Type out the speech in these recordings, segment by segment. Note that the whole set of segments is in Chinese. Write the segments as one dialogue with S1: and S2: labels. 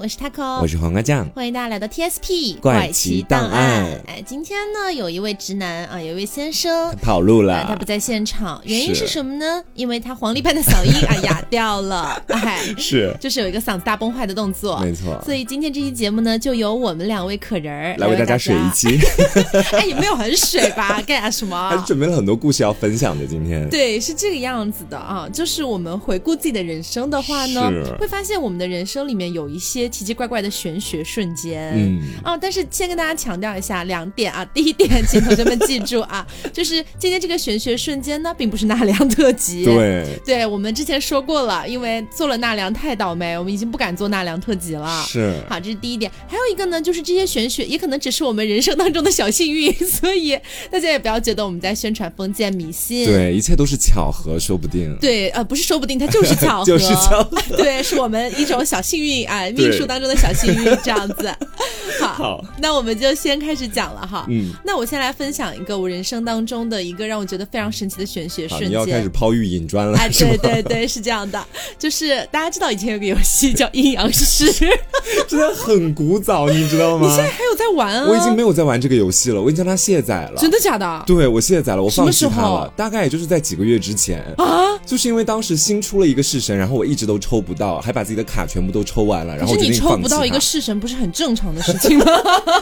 S1: 我是 Taco，
S2: 我是黄瓜酱。
S1: 欢迎大家来到 TSP
S2: 怪奇档案
S1: 哎，今天呢，有一位直男啊，有一位先生
S2: 他。跑路
S1: 啊，
S2: 了，
S1: 他不在现场，原因是
S2: 是
S1: 什么呢？因为他黄历般的嗓音啊哑掉 了，哎，
S2: 是
S1: 就是有一个嗓子大崩坏的动作，
S2: 没错，
S1: 所以今天这期节目呢，就由我们两位可人儿
S2: 来为大家水一期，
S1: 哎，也没有很水吧？干啥什
S2: 还
S1: 么
S2: 是？准备了很多故事要分享的。今天
S1: 啊对，是这个样子的啊，就是我们回顾自己的人生的话呢
S2: 是，
S1: 会发现我们的人生里面有一些奇奇怪怪的玄学瞬间。
S2: 嗯
S1: 啊，但是先跟大家强调一下两点啊，第一点，请同学们记住啊， 就是今天这个玄学瞬间呢，并不是纳凉特辑。
S2: 对
S1: 对，我们之前说过了，因为做了纳凉太倒霉，我们已经不敢做纳凉特辑了。
S2: 是
S1: 好，这是第一点。还有一个呢，就是这些玄学也可能只是我们人生当中的小幸运， 所以大家也不要觉得我们在宣传封建迷信。
S2: 对，一切都是巧合，说不定
S1: 对呃，不是说不定它就是 巧合，
S2: 就是巧
S1: 对，是我们一种小幸运啊，
S2: 对
S1: 命数当中的小幸运这样子。好，
S2: 好
S1: 那我们就先开始讲了哈。
S2: 嗯，
S1: 那我先来分享一个我人生当中的一个让我觉得非常神奇的玄学
S2: 好，
S1: 瞬
S2: 你要开始
S1: 间。
S2: 抛玉引砖了，
S1: 哎，
S2: 是吗
S1: 对？对对，是这样的，就是大家知道以前有个游戏叫阴阳 师，
S2: 真的很古早，你知道吗？
S1: 还有在玩啊？
S2: 我已经没有在玩这个游戏了，我已经将它卸载了。
S1: 真的假的？
S2: 对，我卸载了，我
S1: 什么
S2: 放弃
S1: 时
S2: 它
S1: 候
S2: 了，大概也就是在几个月之前啊，就是因为当时新出了一个式神，然后我一直都抽不到，还把自己的卡全部都抽完了，然
S1: 可
S2: 后我
S1: 是
S2: 决
S1: 你
S2: 定
S1: 抽
S2: 放弃
S1: 不到一
S2: 它
S1: 个式神，不是很正常的事情吗？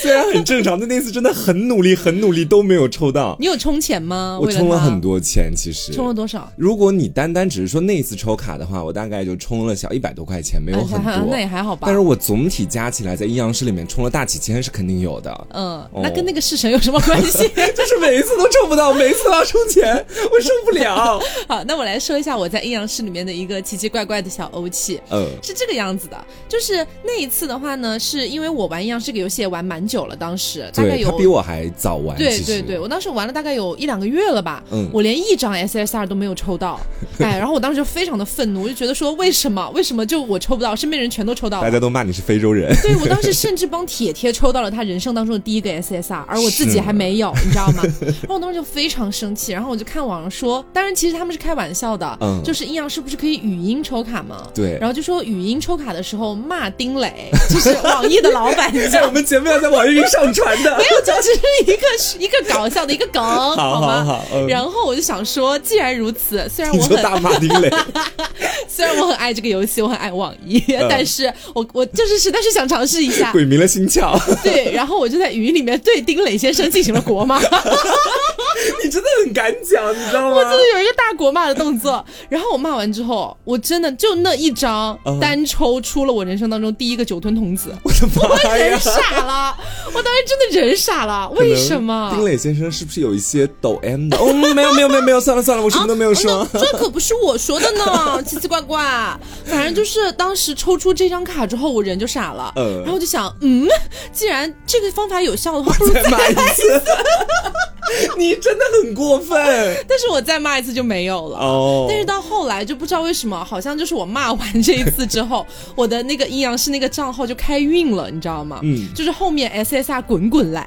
S2: 虽然很正常，但那次真的很努力，很努力都没有抽到。
S1: 你有充钱吗？
S2: 我
S1: 为
S2: 充了
S1: 它
S2: 很，多钱，其实
S1: 充了多少？
S2: 如果你单单只是说那一次抽卡的话，我大概就充了小一百多块钱，没有很
S1: 啊
S2: 多。
S1: 那也还好吧
S2: 但是我总体加起来，在阴阳师里面充了大几千是肯定有的。
S1: 嗯，
S2: 哦
S1: 那跟那个式神有什么关系？
S2: 就是每一次都抽不到，每一次都要充钱，我受不 了。
S1: 好，那我来说一下我在阴阳师里面的一个奇奇怪怪的小欧气。
S2: 嗯，
S1: 是这个样子的，就是那一次的话呢，是因为我玩阴阳师这个游戏也玩蛮久了，当时大概
S2: 对
S1: 有
S2: 他比我还早玩，
S1: 对
S2: 其
S1: 对
S2: 实
S1: 对，我当时玩了大概有一两个月了吧，
S2: 嗯
S1: 我连一张 SSR 都没有抽 到，哎，然后我当时就非常的愤怒，我就觉得说为什么为什么就我抽不到，身边人全都抽到了
S2: 大，家都骂你是非洲人，
S1: 对我当时甚至帮铁铁抽到了他人生当中的第一个 SSR，而我自己
S2: 是
S1: 还没有，你知道吗？然后我当时就非常生气，然后我就看网上说，当然其实他们是开玩笑的，
S2: 嗯
S1: 就是阴阳师不是可以语音抽卡吗？
S2: 对
S1: 然后就说语音抽卡的时候骂丁磊，就是网易的老板，你知
S2: 在
S1: 道
S2: 我
S1: 吗？
S2: 们节目要在网易云上传的。
S1: 没有，这只是一个一个搞笑的一个梗，好
S2: 好
S1: 吗？
S2: 好好，嗯，
S1: 然后我就想说，既然如此，虽然
S2: 你
S1: 我
S2: 就
S1: 很
S2: 大骂丁磊，
S1: 虽然我很爱这个游戏，我很爱网易，
S2: 嗯
S1: 但是我我就是实在是想尝试一下，
S2: 鬼迷了心窍。
S1: 对，然后我就在语音里面对丁磊先生进行了国 骂， 就
S2: 你真的很敢讲，你知道吗？
S1: 是有一个大国骂的动作。然后我骂完之后，我真的就那一张
S2: 嗯
S1: 单抽出了我人生当中第一个酒吞童子，
S2: 我的妈呀
S1: 人！傻了，我当时真的人傻了，为什么
S2: 可？能丁磊先生是不是有一些抖 M 的？哦，没有没有没有没有，算 了算了，我什么都没有说。
S1: 啊那这可不是我说的呢， 奇奇怪怪。反正就是当时抽出这张卡之后，我人就傻了，
S2: 嗯
S1: 然后我就想，嗯，既然这个方法有效的话，不如
S2: 再骂一次，你真的很过分
S1: 但是我再骂一次就没有了。
S2: 哦！
S1: 但是到后来就不知道为什么，好像就是我骂完这一次之 后，我的那个阴阳师那个账号就开运了，你知道吗？
S2: 嗯
S1: 就是后面 SSR 滚滚 来，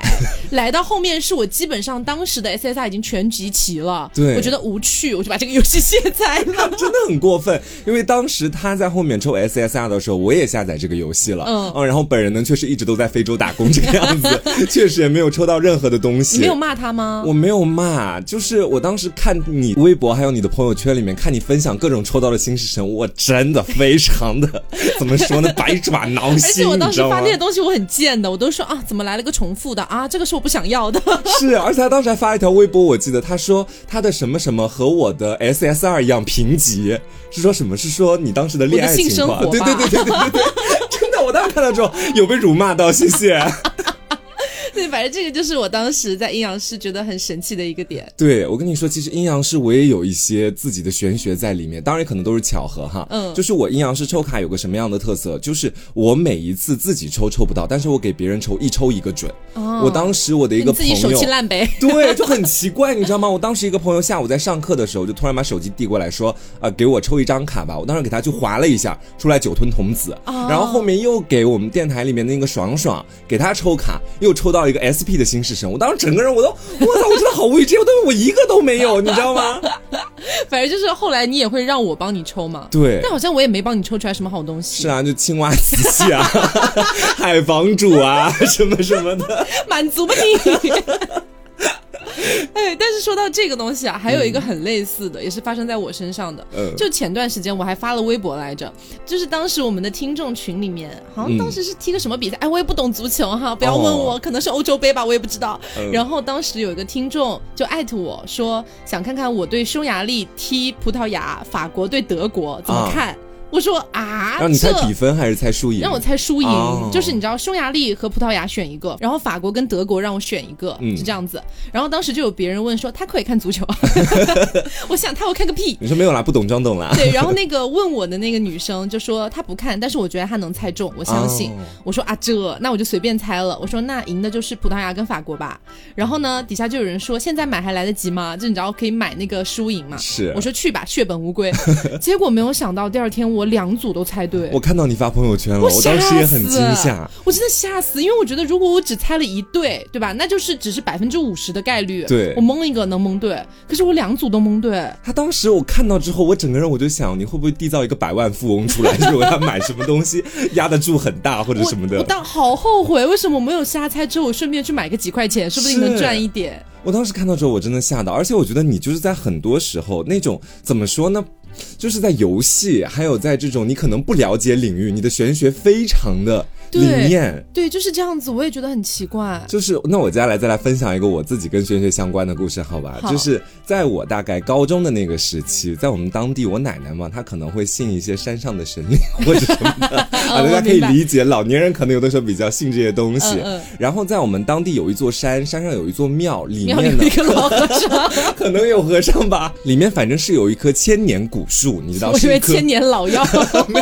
S1: 来到后面是我基本上当时的 SSR 已经全集齐了，
S2: 对
S1: 我觉得无趣，我就把这个游戏卸载 了。
S2: 真的很过分，因为当时他在后面抽 SSR 的时候，我也下载这个游戏了，哦
S1: 嗯
S2: 然后本人呢，确实一直都在非洲打工这个 样子，确实也没有抽到任何的东西。
S1: 你没有骂他吗？
S2: 我没有骂，就是我当时看你微博，还有你的朋友圈里面看你分享各种抽到的新式神，我真的非常的 怎么 说呢，百爪挠
S1: 而
S2: 心
S1: 且，我
S2: 你
S1: 当
S2: 知
S1: 时
S2: 道
S1: 发
S2: 吗
S1: 那？些东西我很贱的，我都说啊，怎么来了个重复的啊？这个是我不想要的。
S2: 是，啊而且他当时还发了一条微博，我记得他说他的什么什么和我的 SSR 一样贫瘠，是说什么？是说你当时的恋爱
S1: 我的性
S2: 情
S1: 生
S2: 况？
S1: 活吧
S2: 对对对对对对对，真的，我当时看到之后有被辱骂到，谢谢。
S1: 对，反正这个就是我当时在阴阳师觉得很神奇的一个点。
S2: 对，我跟你说，其实阴阳师我也有一些自己的玄学在里面，当然可能都是巧合哈。
S1: 嗯
S2: 就是我阴阳师抽卡有个什么样的特色，就是我每一次自己抽抽不到，但是我给别人抽一抽一个准。
S1: 哦
S2: 我当时我的一个
S1: 你
S2: 朋
S1: 自己手
S2: 友
S1: 气。烂呗。
S2: 对，就很奇怪，你知道吗？我当时一个朋友下午在上课的时候，就突然把手机递过来说，呃，给我抽一张卡吧。我当时给他去划了一下，出来酒吞童子，
S1: 哦
S2: 然后后面又给我们电台里面的那个爽爽给他抽卡，又抽到一个 SP 的新式神。我当时整个人我都，我操，我真的好无语，这些东西我一个都没有，你知道吗？
S1: 反正就是后来你也会让我帮你抽嘛。
S2: 对
S1: 但，好像我也没帮你抽出来什么好东西，
S2: 是啊，就青蛙瓷器 啊，海房主啊，什么什么的，
S1: 满足吧你。 哎，但是说到这个东西啊，还有一个很类似的，也是发生在我身上的。
S2: 嗯
S1: 就前段时间我还发了微博来着，就是当时我们的听众群里面，好像当时是踢个什么比赛，哎，我也不懂足球哈，不要问我，
S2: 嗯哦
S1: 可能是欧洲杯吧，我也不知道。
S2: 嗯
S1: 然后当时有一个听众就艾特我说，想看看我对匈牙利踢葡萄牙，法国对德国怎么
S2: 啊
S1: 看。我说啊，
S2: 让你猜
S1: 这
S2: 比分还是猜输赢？
S1: 让我猜输赢，
S2: 哦
S1: 就是你知道匈牙利和葡萄牙选一个，然后法国跟德国让我选一个，
S2: 嗯
S1: 是这样子。然后当时就有别人问说他可以看足球， 我想他会看个屁。
S2: 你说没有啦，不懂装懂啦。
S1: 对，然后那个问我的那个女生就说她不看，但是我觉得她能猜中，我相信。
S2: 哦
S1: 我说啊这，那我就随便猜了。我说那赢的就是葡萄牙跟法国吧。然后呢，底下就有人说现在买还来得及吗？就你知道可以买那个输赢嘛？
S2: 是
S1: 我说去吧，血本无归。 结果没有想到第二天我两组都猜对。
S2: 我看到你发朋友圈了，
S1: 我
S2: 我
S1: 吓
S2: 当时也很
S1: 死
S2: 惊吓。
S1: 我真的吓死，因为我觉得如果我只猜了一对，对吧？那就是只是百分之五十的概率，
S2: 对
S1: 我蒙一个能蒙对，可是我两组都蒙对，
S2: 他当时我看到之后，我整个人我就想，你会不会缔造一个百万富翁出来？就是我要买什么东西 压得住很大或者
S1: 我
S2: 什么
S1: 我
S2: 的。
S1: 当好后悔，为什么我没有瞎猜之后，我顺便去买个几块钱，说不定能
S2: 是
S1: 赚一点。
S2: 我当时看到之后，我真的吓到，而且我觉得你就是在很多时候那种怎么说呢，就是在游戏，还有在这种你可能不了解领域，你的玄学非常的
S1: 对
S2: 灵验。
S1: 对，就是这样子，我也觉得很奇怪。
S2: 就是那我接下来再来分享一个我自己跟玄学相关的故事，好吧？
S1: 好
S2: 就是在我大概高中的那个时期，在我们当地，我奶奶嘛，她可能会信一些山上的神灵或者什么 的，啊，
S1: 我
S2: 大家可以
S1: 明白
S2: 理解，老年人可能有的时候比较信这些东西。
S1: 嗯嗯
S2: 然后在我们当地有一座山，山上有一座庙，里
S1: 你要
S2: 面
S1: 有
S2: 呢
S1: 一个老和尚，
S2: 可能有和尚吧，里面反正是有一棵千年古树，你知道
S1: 我以
S2: 是一
S1: 为
S2: 棵
S1: 千年老妖、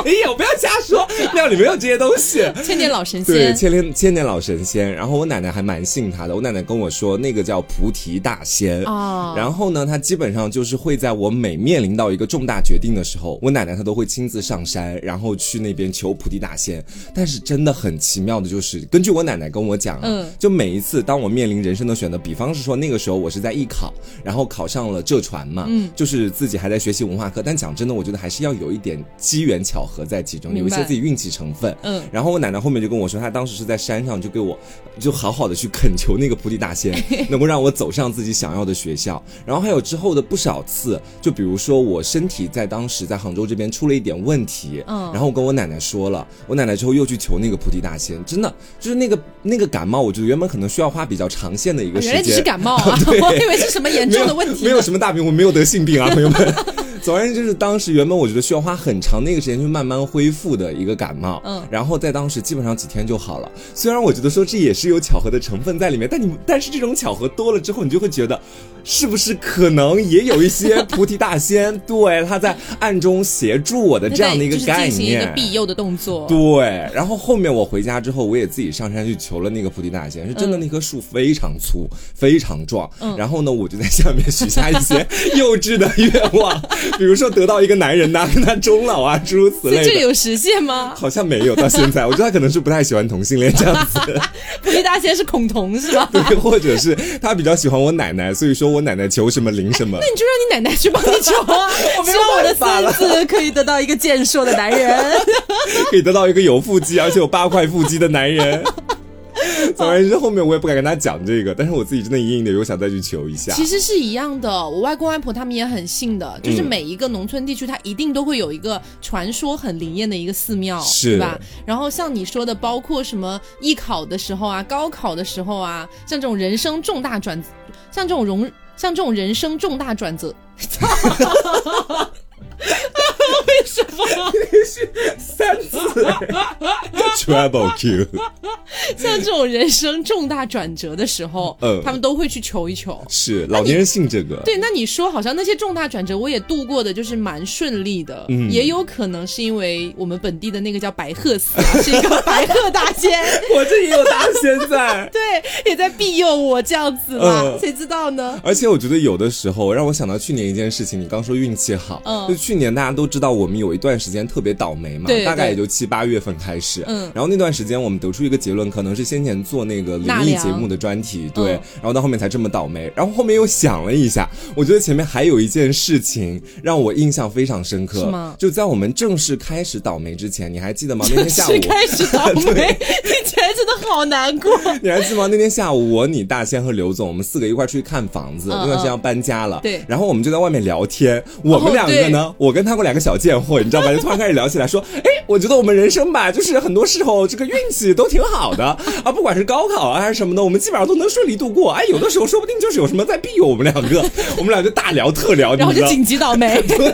S2: 没有，不要瞎说，庙里没有这些东西。
S1: 千年老神
S2: 对，
S1: 仙。
S2: 千年千年老神仙。然后我奶奶还蛮信他的，我奶奶跟我说那个叫菩提大仙。
S1: 啊
S2: 然后呢，他基本上就是会在我每面临到一个重大决定的时候，我奶奶她都会亲自上山，然后去那边求菩提大仙。但是真的很奇妙的就是，根据我奶奶跟我讲啊，
S1: 嗯
S2: 就每一次当我面临人生的选择，比方是说那个时候我是在艺考，然后考上了浙传嘛，
S1: 嗯
S2: 就是自己还在学习文化课。但讲真的，我觉得还是要有一点机缘巧合在其中，有一
S1: 明白
S2: 些自己运气成分。
S1: 嗯
S2: 然后我奶奶后面就跟我说，她当时是在山上，就给我就好好的去恳求那个菩提大仙， 能够让我走上自己想要的学校。然后还有之后的不少次，就比如说我身体在当时在杭州这边出了一点问题，
S1: 嗯
S2: 然后我跟我奶奶说了，我奶奶之后又去求那个菩提大仙，真的就是那个那个感冒，我觉得原本可能需要花比较长线的一个时
S1: 原
S2: 间，
S1: 来只是感冒啊，
S2: 对
S1: 我以为是什么严重的问题
S2: 没有，没有
S1: 呢。
S2: 什么大病，我没有得性病啊，朋友们。 总而言之，就是当时原本我觉得需要花很长的一个时间去慢慢恢复的一个感冒，
S1: 嗯
S2: 然后在当时基本上几天就好了。虽然我觉得说这也是有巧合的成分在里面，但你但是这种巧合多了之后，你就会觉得，是不是可能也有一些菩提大仙 对他在暗中协助我的
S1: 那
S2: 这样的一个
S1: 就是
S2: 概
S1: 进行一
S2: 念，
S1: 个庇佑的动作。
S2: 对，然后后面我回家之后，我也自己上山去求了那个菩提大仙，是真的那棵树非常粗，
S1: 嗯
S2: 非常壮。然后呢，我就在下面许下一些幼稚的愿望，比如说得到一个男人呐、跟他终老啊，诸如此
S1: 所以
S2: 类
S1: 这个
S2: 的。
S1: 有实现吗？
S2: 好像没有到现在，我觉得他可能是不太喜欢同性恋这样 子，
S1: 菩提大仙是孔同是吧？
S2: 对，或者是他比较喜欢我奶奶，所以说我奶奶求什么灵 什么。
S1: 那你就让你奶奶去帮你求 啊！希望我的孙子可以得到一个健硕的 男人。
S2: 可以得到一个有腹肌而且有八块腹肌的男 人。总而言之，后面我也不敢跟他讲这个，但是我自己真的隐隐的有想再去求一下。
S1: 其实是一样的，我外公外婆他们也很信的，就是
S2: 嗯
S1: 每一个农村地区，它一定都会有一个传说很灵验的一个寺庙，
S2: 是
S1: 对吧？然后像你说的，包括什么艺考的时候啊，高考的时候啊，像这种人生重大转，像这种容，像这种人生重大转折。为什么
S2: 三次 trouble Q，
S1: 像这种人生重大转折的时候，
S2: 嗯
S1: 他们都会去求一求。
S2: 是老年人信这个，
S1: 对，那你说好像那些重大转折我也度过的，就是蛮顺利的，
S2: 嗯
S1: 也有可能是因为我们本地的那个叫白鹤寺、啊， 是一个白鹤大 仙，
S2: 我这也有答案现在。
S1: 对，也在庇佑我这样子啦，
S2: 嗯
S1: 谁知道呢？
S2: 而且我觉得有的时候让我想到去年一件事情，你刚说运气好，
S1: 嗯
S2: 就去年大家都知道道我们有一段时间特别倒霉嘛，
S1: 对对
S2: 大概也就七八月份开始。
S1: 嗯
S2: 然后那段时间我们得出一个结论，可能是先前做那个灵
S1: 纳
S2: 异
S1: 凉
S2: 节目的专题，对，
S1: 嗯
S2: 然后到后面才这么倒霉。然后后面又想了一下，我觉得前面还有一件事情让我印象非常深刻，
S1: 是吗
S2: 就在我们正式开始倒霉之前，你还记得吗？那天下 午
S1: 是。开始倒 霉，听起来真的好难过。
S2: 你还记得吗？那天下午，我、你、大仙和刘总，我们四个一块儿出去看房子，
S1: 嗯
S2: 那段时间要搬家了。
S1: 对哦
S2: 然后我们就在外面聊天。我们两个呢，我跟他过两个小贱货，你知道吧？就突然开始聊起来，说：“哎，我觉得我们人生吧，就是很多时候这个运气都挺好的啊，不管是高考啊还是什么的，我们基本上都能顺利度过。哎，有的时候说不定就是有什么在庇佑我们两个。 我们俩就大聊特聊，你
S1: 然后
S2: 知
S1: 就
S2: 道。”，
S1: 紧急倒霉
S2: 对，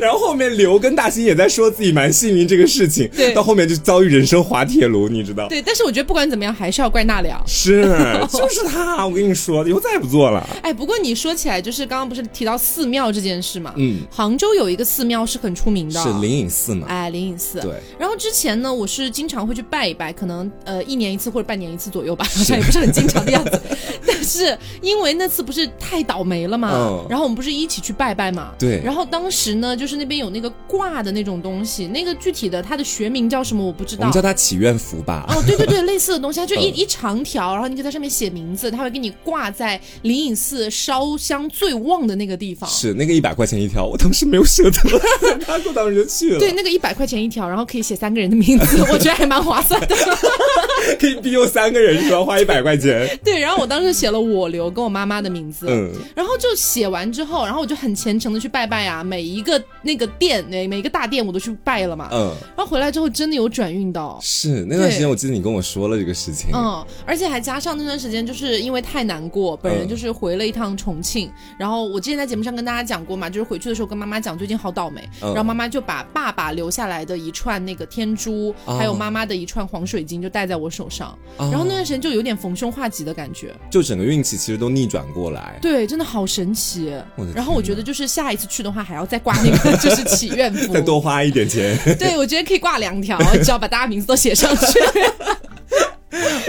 S2: 然后后面刘跟大兴也在说自己蛮幸运这个事情，
S1: 对
S2: 到后面就遭遇人生滑铁卢，你知道？
S1: 对。但是我觉得不管怎么样，还是要怪纳凉。
S2: 是，就是他，我跟你说，以后再也不做了。
S1: 哎，不过你说起来，就是刚刚不是提到寺庙这件事嘛？
S2: 嗯，
S1: 杭州有一个寺庙是很出名的，
S2: 是灵隐寺嘛？
S1: 哎，灵隐寺。
S2: 对，
S1: 然后之前呢，我是经常会去拜一拜，可能呃一年一次或者半年一次左右吧，好像也不是很经常的样子。 但是因为那次不是太倒霉了嘛，
S2: 嗯
S1: 然后我们不是一起去拜拜嘛。
S2: 对
S1: 然后当时呢，就是那边有那个挂的那种东西，那个具体的它的学名叫什么我不知
S2: 我
S1: 道
S2: 们。叫它祈愿符吧。
S1: 哦，对对对，类似的东 西，它就一、
S2: 嗯
S1: 一长条，然后你可以在上面写名字，它会给你挂在灵隐寺烧香最旺的那个地方。
S2: 是那个一百块钱一条，我当时没有舍得， 他我当时就去了，
S1: 对，那个一百块钱一条，然后可以写三个人的名字， 我觉得还蛮划算的。
S2: 可以庇佑三个人是吧？花一百块钱，
S1: 对，然后我当时写了我刘跟我妈妈的名字，
S2: 嗯，
S1: 然后就写完之后，然后我就很虔诚的去拜拜啊，每一个那个店，每每一个大店我都去拜了嘛。
S2: 嗯，
S1: 然后回来之后真的有转运到，
S2: 是那段时间
S1: 对
S2: 我记得你跟我说了这个事情，
S1: 嗯，而且还加上那段时间就是因为太难过，本人
S2: 嗯
S1: 就是回了一趟重庆，然后我之前在节目上跟大家讲过嘛，就是回去的时候跟妈妈讲最近好倒霉，
S2: 嗯
S1: 然后妈妈就把爸爸留下来的一串那个天珠，还有
S2: 哦
S1: 妈妈的一串黄水晶就戴在我手上，
S2: 哦
S1: 然后那段时间就有点逢凶化吉的感觉。
S2: 就整个运气其实都逆转过来。
S1: 对，真的好神奇
S2: 我的。
S1: 然后
S2: 天
S1: 我觉得就是下一次去的话，还要再挂那个 就是祈愿符
S2: 再。多花一点钱，
S1: 对，我觉得可以挂两 条，只要把大家名字都写上去。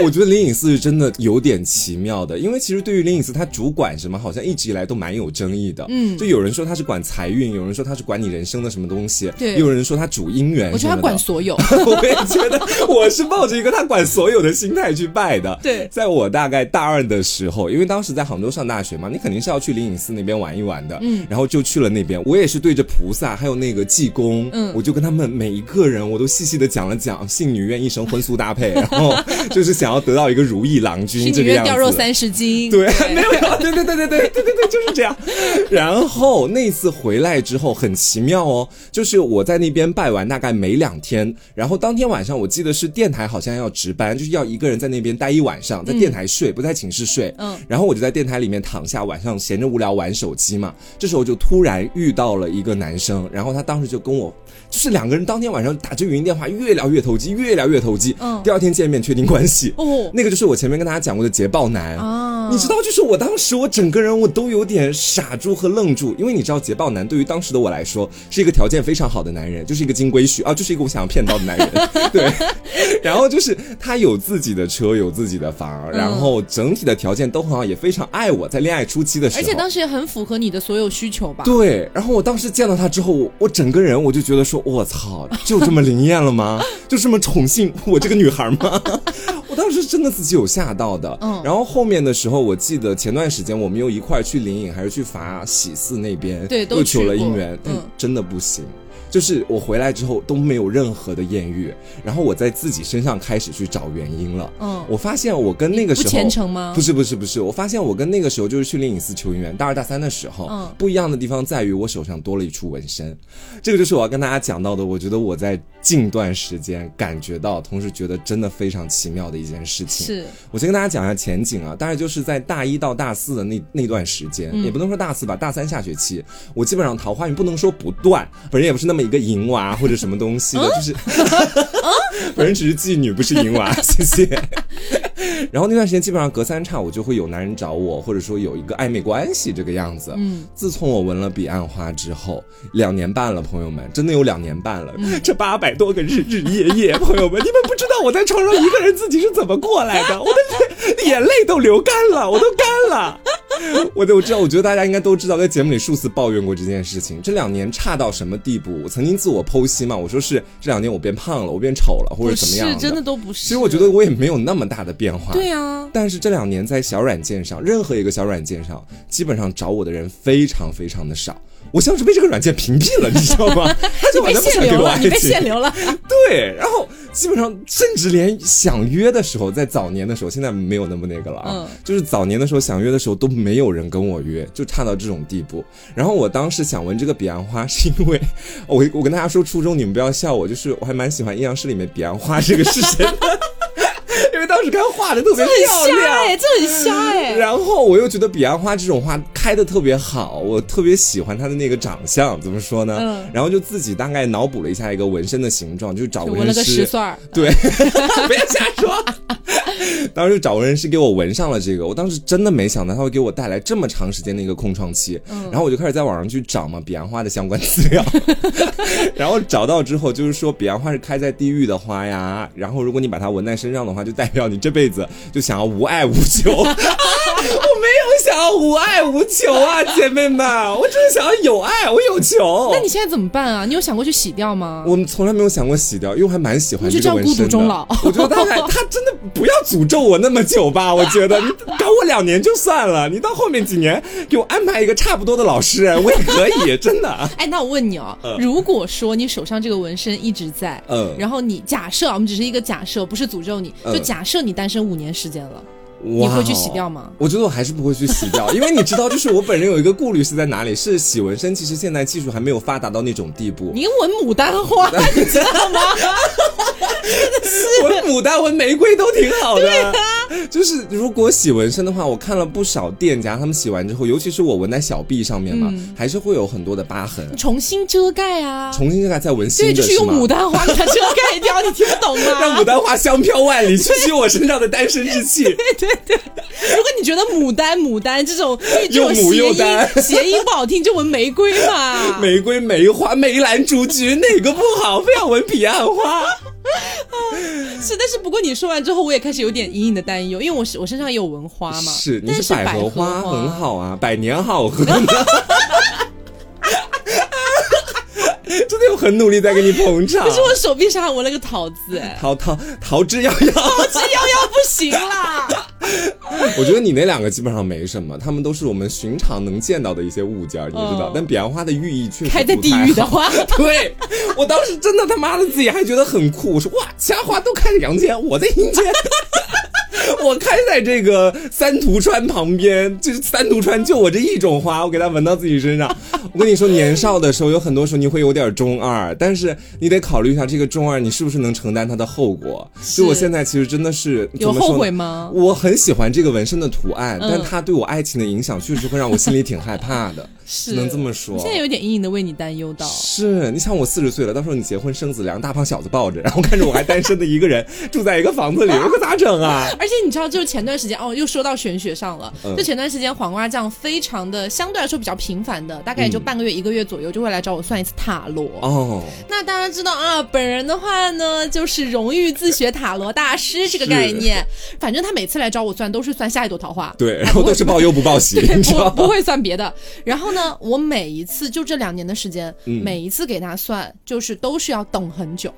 S2: 我觉得灵隐寺是真的有点奇妙的，因为其实对于灵隐寺，它主管什么，好像一直以来都蛮有争议的。嗯，就有人说它是管财运，有人说它是管你人生的什么东西，
S1: 对
S2: 也有人说它主姻缘。
S1: 我觉得他管。所有。
S2: 我也觉得我是抱着一个他管所有的心态去拜的。
S1: 对
S2: 在我大概大二的时候，因为当时在杭州上大学嘛，你肯定是要去灵隐寺那边玩一玩的。嗯，然后就去了那边，我也是对着菩萨还有那个济公，
S1: 嗯
S2: 我就跟他们每一个人我都细细的讲了讲，信女愿一生荤素搭配，然 后就是想要得到一个如意郎君
S1: 心
S2: 这
S1: 里
S2: 个
S1: 面
S2: 样子。
S1: 掉肉三十斤。
S2: 对，没有没有，对对对对对对对对，就是这样。然后那次回来之后很奇妙哦，就是我在那边拜完大概没两天，然后当天晚上我记得是电台好像要值班，就是要一个人在那边待一晚上，在电台睡，不在寝室睡。
S1: 嗯
S2: 嗯，然后我就在电台里面躺下，晚上闲着无聊玩手机嘛，这时候就突然遇到了一个男生，然后他当时就跟我，就是两个人当天晚上打着语音电话，越聊越投机，越聊越投机。
S1: 嗯
S2: 嗯，第二天见面确定关系。
S1: 哦
S2: 那个就是我前面跟大家讲过的捷豹男
S1: 啊
S2: 你知道，就是我当时我整个人我都有点傻住和愣住，因为你知道捷豹男对于当时的我来说是一个条件非常好的男人，就是一个金龟婿啊，就是一个我想要骗到的男人， 对。然后就是他有自己的车，有自己的房，
S1: 嗯
S2: 然后整体的条件都很好，也非常爱我，在恋爱初期的时候。
S1: 而且当时也很符合你的所有需求吧？
S2: 对，然后我当时见到他之后，我我整个人我就觉得说，我操， 就这么灵验了 吗？就这么宠幸我这个女孩吗？ 我当时真的自己有吓到的。
S1: 嗯
S2: 然后后面的时候，我记得前段时间我们又一块儿去灵隐还是去法喜寺那边，
S1: 对都
S2: 又求
S1: 去
S2: 了姻
S1: 过
S2: 缘，但
S1: 嗯
S2: 真的不行。就是我回来之后都没有任何的艳遇，然后我在自己身上开始去找原因了。
S1: 嗯
S2: 我发现我跟那个时
S1: 不
S2: 候
S1: 虔诚吗
S2: 不是不是不是，我发现我跟那个时候就是去灵隐寺求姻缘，大二大三的时候，
S1: 嗯
S2: 不一样的地方在于我手上多了一处纹身，这个就是我要跟大家讲到的。我觉得我在近段时间感觉到，同时觉得真的非常奇妙的一件事情。
S1: 是
S2: 我先跟大家讲一下前景啊，大概就是在大一到大四的那那段时间，
S1: 嗯
S2: 也不能说大四吧，大三下学期，我基本上桃花运不能说不断，本人也不是那么一个淫娃或者什么东西
S1: 嗯
S2: 的，就是， 本人只是妓女，不是淫娃，谢谢。然后那段时间基本上隔三差五就会有男人找我，或者说有一个暧昧关系这个样子。嗯，自从我纹了彼岸花之后，两年半了，朋友们，真的有两年半了。
S1: 嗯
S2: 这八百多个日日夜夜，朋友们，你们不知道我 在床上一个人自己是怎么过来的，我的眼泪都流干了，我都干了。我对我知道，我觉得大家应该都知道，在节目里数次抱怨过这件事情。这两年差到什么地步？我曾经自我剖析嘛，我说是这两年我变胖了，我变丑了，或者怎么样
S1: 是真的都不是。
S2: 其实我觉得我也没有那么大的变化。
S1: 对啊，
S2: 但是这两年在小软件上，任何一个小软件上，基本上找我的人非常非常的少。我像是被这个软件屏蔽了，你知道 吗？他就
S1: 你
S2: 完
S1: 被
S2: 全不
S1: 限
S2: 想给
S1: 流
S2: 我
S1: 了，
S2: 爱
S1: 你被
S2: 情
S1: 限流了。
S2: 对，然后基本上甚至连想约的时候，在早年的时候，现在没有那么那个了啊，
S1: 嗯
S2: 就是早年的时候想约的时候都没有人跟我约，就差到这种地步。然后我当时想纹这个彼岸花，是因为我我跟大家说初衷，你们不要笑我，就是我还蛮喜欢阴阳师里面彼岸花这个是谁的， 因为当时看画的特别 漂
S1: 很瞎
S2: 亮。
S1: 哎，这很瞎哎。
S2: 然后我又觉得彼岸花这种花开的特别好，我特别喜欢它的那个长相，怎么说呢？
S1: 嗯
S2: 然后就自己大概脑补了一下一个纹身的形状，就哦找
S1: 就纹了
S2: 身
S1: 个
S2: 师。
S1: 十蒜儿，
S2: 对，不要瞎说。 当时就找人是给我纹上了这个，我当时真的没想到它会给我带来这么长时间的一个空窗期。
S1: 嗯
S2: 然后我就开始在网上去找嘛彼岸花的相关资料， 然后找到之后就是说彼岸花是开在地狱的花呀，然后如果你把它纹在身上的话，就代表你这辈子就想要无爱无求。 我没有想要无爱无求啊，姐妹们，我只是想要有爱，我有求。
S1: 那你现在怎么办啊？你有想过去洗掉吗？
S2: 我们从来没有想过洗掉，因为我还蛮喜欢
S1: 你就
S2: 这个纹身
S1: 这样孤独
S2: 的。
S1: 终老
S2: 我觉得大概他真的不要诅咒我那么久吧，我觉得你搞我两年就算了，你到后面几年给我安排一个差不多的老师，我也可以，真的。
S1: 哎，那我问你哦，如果说你手上这个纹身一直在，
S2: 嗯
S1: 然后你假设啊，我们只是一个假设，不是诅咒你，
S2: 嗯
S1: 就假设你单身五年时间了，
S2: 你
S1: 会去洗掉吗
S2: 哦我觉得我还是不会去洗掉，因为你知道，就是我本人有一个顾虑是在哪里，是洗纹身，其实现在技术还没有发达到那种地步。
S1: 你纹牡丹花，你知道 吗？
S2: 纹牡丹、纹玫瑰都挺好的。
S1: 啊
S2: 就是如果洗纹身的话，我看了不少店家，他们洗完之后，尤其是我纹在小臂上面嘛，
S1: 嗯
S2: 还是会有很多的疤痕。
S1: 重新遮盖啊，
S2: 重新再再纹新
S1: 对，
S2: 的，
S1: 就是用
S2: 吗
S1: 牡丹花给它遮盖掉，你听不懂
S2: 让
S1: 吗
S2: 牡？丹花香飘万里，去去我身上的单身之气。
S1: 如果你觉得牡丹牡丹这种这
S2: 又
S1: 种
S2: 母
S1: 谐
S2: 又
S1: 音
S2: 丹
S1: 谐音不好听，就纹玫瑰 嘛。
S2: 玫瑰、梅花、梅兰竹菊，哪个不好？非要纹彼岸花？
S1: 是，但是不过你说完之后，我也开始有点隐隐的担忧，因为我是我身上也有纹花嘛，
S2: 是，你
S1: 但是
S2: 百
S1: 合
S2: 合花，很。好啊，百年好合呢。 真的有很努力在给你捧场
S1: 可。是我手臂上还纹了个桃子，哎，
S2: 陶陶陶之夭夭，
S1: 这幺幺不行啦。
S2: 我觉得你那两个基本上没什么，他们都是我们寻常能见到的一些物件儿，你知道
S1: 嗯。
S2: 但彼岸花的寓意确实
S1: 开在
S2: 不
S1: 地
S2: 太
S1: 狱的
S2: 好
S1: 花，
S2: 对我当时真的他妈的自己还觉得很酷，我说哇，其他花都开在阳间，我在阴间。 我开在这个三途川旁边，就是三途川就我这一种花，我给它闻到自己身上。我跟你说，年少的时候有很多时候你会有点中二，但是你得考虑一下这个中二你是不是能承担它的后果。所以我现在其实真的是
S1: 有
S2: 怎么说呢
S1: 后悔吗
S2: 我很喜欢这个纹身的图案，
S1: 嗯
S2: 但它对我爱情的影响确实会让我心里挺害怕 的，
S1: 是
S2: 只能这么说。
S1: 我现在有点隐隐的为你担忧到。
S2: 是你想我四十岁了，到时候你结婚生子，两个大胖小子抱着，然后看着我还单身的一个 人住在一个房子里，我可咋整啊？
S1: 而且你知道，就是前段时间哦，又说到玄学上了。
S2: 嗯
S1: 就前段时间黄瓜酱非常的相对来说比较频繁的，大概也就半个月、一个月左右就会来找我算一次塔罗。
S2: 嗯哦，
S1: 那大家知道啊，本人的话呢，就是荣誉自学塔罗大师这个概念。反正他每次来找我算，都是算下一朵桃花，
S2: 对，然后都是报忧不 报喜，你知
S1: 不
S2: 道
S1: 不
S2: 吗？
S1: 会算别的。然后呢，我每一次就这两年的时间，
S2: 嗯
S1: 每一次给他算，就是都是要等很久。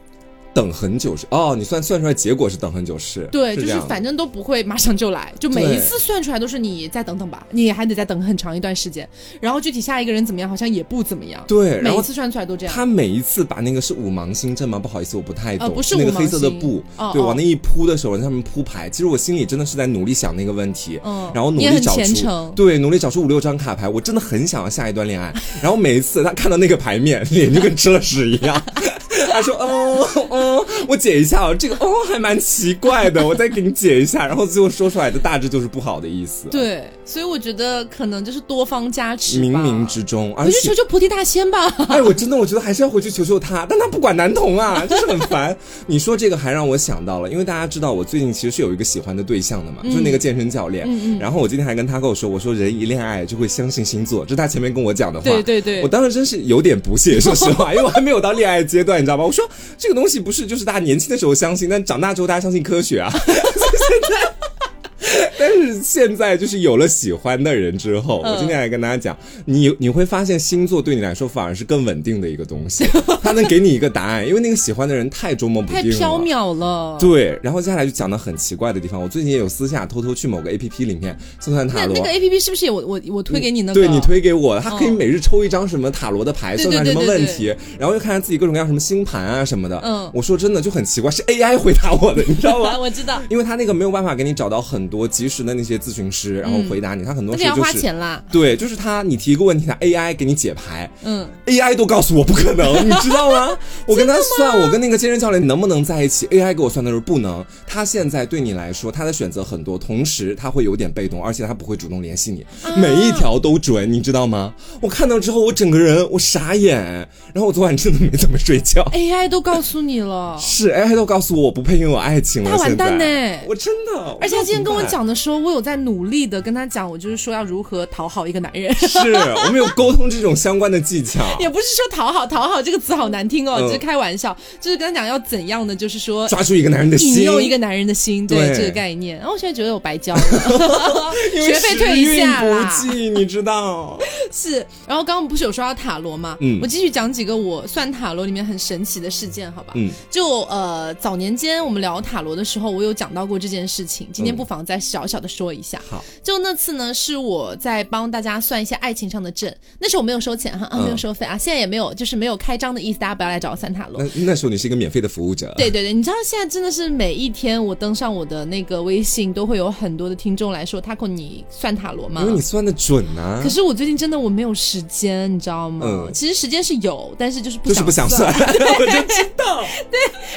S2: 等很久是哦，你算算出来结果是等很久是，
S1: 对，就
S2: 是这
S1: 是
S2: 样的
S1: 反正都不会马上就来，就每
S2: 对
S1: 一次算出来都是你再等等吧，你还得再等很长一段时间。然后具体下一个人怎么样，好像也不怎么样。
S2: 对，然
S1: 每
S2: 后
S1: 一次算出来都这样。
S2: 他每一次把那个是五芒星阵吗？不好意思，我不太懂。
S1: 呃不是
S2: 那个
S1: 五芒
S2: 黑色的
S1: 星
S2: 布，
S1: 哦
S2: 对，
S1: 哦
S2: 往那一铺的时候，在上面铺牌。其实我心里真的是在努力想那个问题，
S1: 嗯
S2: 然后努
S1: 你也
S2: 力
S1: 很
S2: 找
S1: 虔
S2: 出
S1: 诚，
S2: 对，努力找出五六张卡牌。我真的很想要下一段恋爱。然后每一次他看到那个牌面，脸就跟吃了屎一 样。他说：“哦哦，我解一下哦，这个哦还蛮奇怪的，我再给你解一下。”然后最后说出来的大致就是不好的意思。，
S1: 对，所以我觉得可能就是多方加持吧。
S2: 冥冥之中，而
S1: 我就
S2: 且
S1: 求求菩提大仙吧。
S2: 哎，我真的我觉得还是要回去求求他，但他不管男童啊，就是很烦。你说这个还让我想到了，因为大家知道我最近其实是有一个喜欢的对象的嘛，就是那
S1: 嗯
S2: 个健身教练。然后我今天还跟他跟我说，我说人一恋爱就会相信星座，这是他前面跟我讲的话。
S1: 对对对
S2: 我当时真是有点不屑，说实话，因为我还没有到恋爱阶段，你知道吧？我说这个东西不是就是大家年轻的时候相信，但长大之后大家相信科学啊。所以现在。但是现在就是有了喜欢的人之后，
S1: 嗯
S2: 我今天来跟大家讲，你你会发现星座对你来说反而是更稳定的一个东西， 它能给你一个答案，因为那个喜欢的人太捉摸不
S1: 太
S2: 定
S1: 缥
S2: 了。
S1: 缈了。
S2: 对，然后接下来就讲到很奇怪的地方。我最近也有私下偷偷去某个 A P P 里面算算塔
S1: 那
S2: 罗，
S1: 那个 A P P 是不是也我我我推给你那个？
S2: 对你推给我，他可以
S1: 嗯
S2: 每日抽一张什么塔罗的牌，
S1: 对
S2: 算
S1: 对
S2: 算什么
S1: 对嗯对
S2: 问
S1: 对
S2: 题，然后又看看自己各种各样什么星盘啊什么的。
S1: 嗯
S2: 我说真的就很奇怪，是 AI 回答我的，你知道 吗？
S1: 我知道，
S2: 因为他那个没有办法给你找到很多及时的那些咨询师，然后回答你，他很多
S1: 嗯那
S2: 时
S1: 个要
S2: 候就
S1: 花
S2: 是。
S1: 钱啦。
S2: 对，就是他，你提一个问题，他 AI 给你解牌
S1: 嗯，
S2: ，AI 都告诉我不 可能，你知道吗？我跟他算，我跟那个健身教练能不能在一起？AI 给我算的时候不能。他现在对你来说，他的选择很多，同时他会有点被动，而且他不会主动联系你，每一条都准，你知道吗？我看到之后，我整个人我傻眼，然后我昨晚真的没怎么睡觉。，
S1: AI 都告诉你了
S2: 是 AI 都告诉 我我不配拥有爱情了，
S1: 他完
S2: 现在
S1: 蛋呢
S2: 我真的，
S1: 而且他今天跟我
S2: 讲。
S1: 讲的时候，我有在努力的跟他讲，我就是说要如何讨好一个男人。
S2: 是我们有沟通这种相关的技巧。
S1: 也不是说讨好，讨好这个词好难听哦，
S2: 嗯
S1: 就是开玩笑，就是跟他讲要怎样的，就是 说
S2: 抓住一个男人的心，
S1: 引诱一个男人的心，对
S2: 对
S1: 这个概念。然后我现在觉得我白交了，
S2: 因为
S1: 学费退一下
S2: 时运
S1: 啦
S2: 不。济，你知道？
S1: 是，然后刚刚不是有说到塔罗嘛，
S2: 嗯
S1: 我继续讲几个我算塔罗里面很神奇的事件，好吧？
S2: 嗯，
S1: 就呃早年间我们聊塔罗的时候，我有讲到过这件事情，今天
S2: 嗯
S1: 不妨再小小的说一下。
S2: 好，
S1: 就那次呢，是我在帮大家算一些爱情上的证，那时候我没有收钱哈，啊、没有
S2: 嗯
S1: 收费啊，现在也没有，就是没有开张的意思，大家不要来找我算塔罗
S2: 那。那时候你是一个免费的服务者，
S1: 对对对，你知道现在真的是每一天我登上我的那个微信，都会有很多的听众来说，Taco 你算塔罗吗
S2: 因？为你算的准呐
S1: 可，是我最近真的我没有时间，你知道吗？
S2: 嗯
S1: 其实时间是有，但是就是不
S2: 就是不想
S1: 算。
S2: 算，嗯我就知道。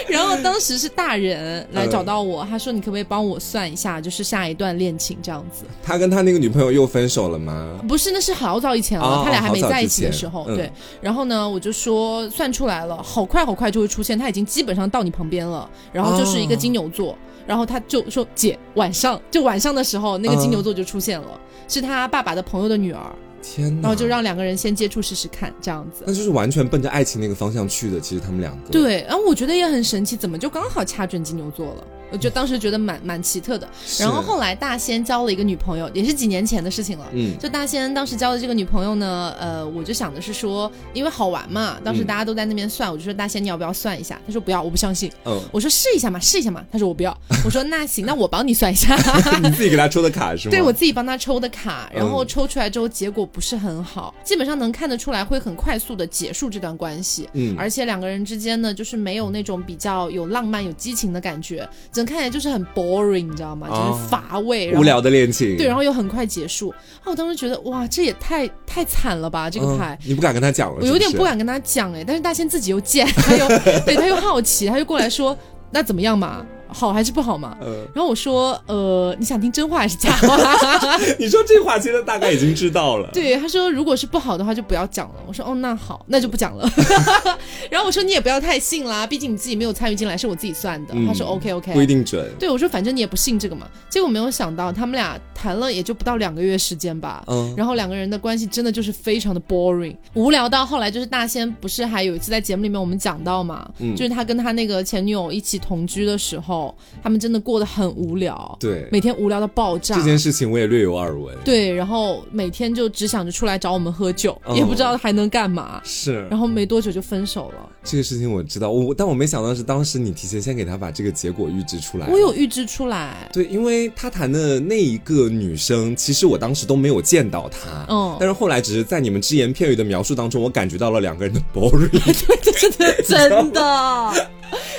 S1: 然后当时是大人来
S2: 嗯
S1: 找到我，他说你可不可以帮我算一下，就是下一段恋情这样子？
S2: 他跟他那个女朋友又分手了吗？
S1: 不是，那是好早以前了，
S2: 哦
S1: 他俩还没
S2: 好早之前
S1: 在一起的时候。
S2: 嗯
S1: 对，然后呢，我就说算出来了，好快好快就会出现，他已经基本上到你旁边了，然后就是一个
S2: 哦
S1: 金牛座。然后他就说：“姐，晚上就晚上的时候，
S2: 嗯
S1: 那个金牛座就出现了，是他爸爸的朋友的女儿，
S2: 天哪！
S1: 然后就让两个人先接触试试看，这样子。”
S2: 那就是完全奔着爱情那个方向去的。其实他们两个，
S1: 对，然后我觉得也很神奇，怎么就刚好掐准金牛座了？我就当时觉得蛮蛮奇特的。
S2: 嗯是，
S1: 然后后来大仙交了一个女朋友，也是几年前的事情了。
S2: 嗯，
S1: 就大仙当时交的这个女朋友呢，呃，我就想的是说，因为好玩嘛，当时
S2: 嗯
S1: 大家都在那边算，我就说大仙你要不要算一下？他说不要，我不相信。
S2: 嗯，
S1: 我说试一下嘛，试一下嘛。他说我不 要。我说那行，那我帮你算一下。
S2: 你自己给他抽的卡是吗？
S1: 对我自己帮他抽的卡，然后
S2: 嗯
S1: 抽出来之后结果不是很好，基本上能看得出来会很快速的结束这段关系。
S2: 嗯
S1: 而且两个人之间呢，就是没有那种比较有浪漫、有激情的感觉，整看起来就是很 boring，你知道吗？就
S2: 哦
S1: 是乏味，然后
S2: 无聊的恋情，
S1: 对，然后又很快结束。啊，我当时觉得哇，这也太太惨了吧，这个
S2: 嗯
S1: 牌。
S2: 你不敢跟他讲了，
S1: 我有点
S2: 是
S1: 不
S2: 是。
S1: 敢跟他讲哎，但是大仙自己又贱， 他又对他又好奇，他就过来说那怎么样嘛，好还是不好嘛？
S2: 呃，
S1: 然后我说呃，你想听真话还是假话？
S2: 你说这话，其实大概已经知道了。
S1: 对，他说如果是不好的话就不要讲了。我说哦，那好，那就不讲了。 然后我说你也不要太信啦，毕竟你自己没有参与进来，是我自己算的。
S2: 嗯
S1: 他说 OK
S2: 不一
S1: OK。
S2: 定准。
S1: 对，我说反正你也不信这个嘛。结果没有想到他们俩谈了也就不到两个月时间吧。
S2: 嗯，
S1: 然后两个人的关系真的就是非常的 boring，无聊到后来就是大仙不是还有一次在节目里面我们讲到嘛，
S2: 嗯
S1: 就是他跟他那个前女友一起同居的时候，他们真的过得很无聊，
S2: 对，
S1: 每天无聊到爆炸
S2: 这。件事情我也略有耳闻。，
S1: 对，然后每天就只想着出来找我们喝酒，
S2: 哦
S1: 也不知道还能干嘛。
S2: 是
S1: 然后没多久就分手了。
S2: 这个事情我知道，我但我没想到是当时你提前先给他把这个结果预知出来。
S1: 我有。预知出来，
S2: 对，因为他谈的那一个女生，其实我当时都没有见到她，
S1: 嗯
S2: 但是后来只是在你们只言片语的描述当中，我感觉到了两个人的 boring，
S1: 真 的，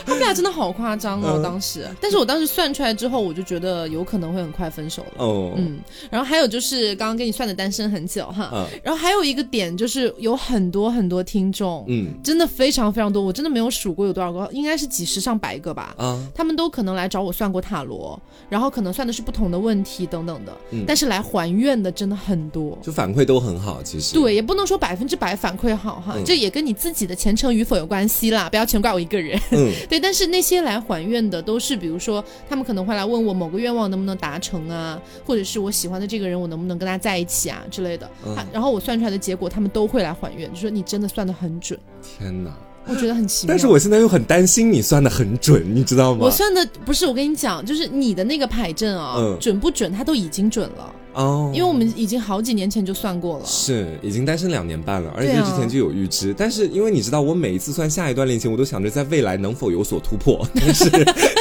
S1: 他们俩真的好夸张哦，
S2: 嗯
S1: 当时。但是我当时算出来之后，我就觉得有可能会很快分手了。
S2: 哦，
S1: 嗯，然后还有就是刚刚跟你算的单身很久哈，
S2: 嗯
S1: 然后还有一个点就是有很多很多听众，
S2: 嗯
S1: 真的非常非常多，我真的没有数过有多少个，应该是几十上百个吧。
S2: 啊，
S1: 他们都可能来找我算过塔罗，然后可能算的是不同的问题等等的，
S2: 嗯
S1: 但是来还愿的真的很多。
S2: 就反馈都很好，其实
S1: 对，也不能说百分之百反馈好哈，
S2: 嗯
S1: 这也跟你自己的虔诚与否有关系啦，不要全怪我一个人。
S2: 嗯
S1: 对，但是那些来还愿的都是，比如说他们可能会来问我某个愿望能不能达成啊，或者是我喜欢的这个人我能不能跟他在一起啊之类的。
S2: 嗯
S1: 啊然后我算出来的结果，他们都会来还愿，就说你真的算的很准。
S2: 天哪，
S1: 我觉得很奇妙。
S2: 但是我现在又很担心你算的很准，你知道吗？
S1: 我算的不是，我跟你讲，就是你的那个牌阵啊，
S2: 嗯
S1: 准不准，它都已经准了，
S2: 哦，
S1: 因为我们已经好几年前就算过了。
S2: 是已经单身两年半了，而且
S1: 对啊
S2: 之前就有预知。但是因为你知道，我每一次算下一段恋情，我都想着在未来能否有所突破。 但是，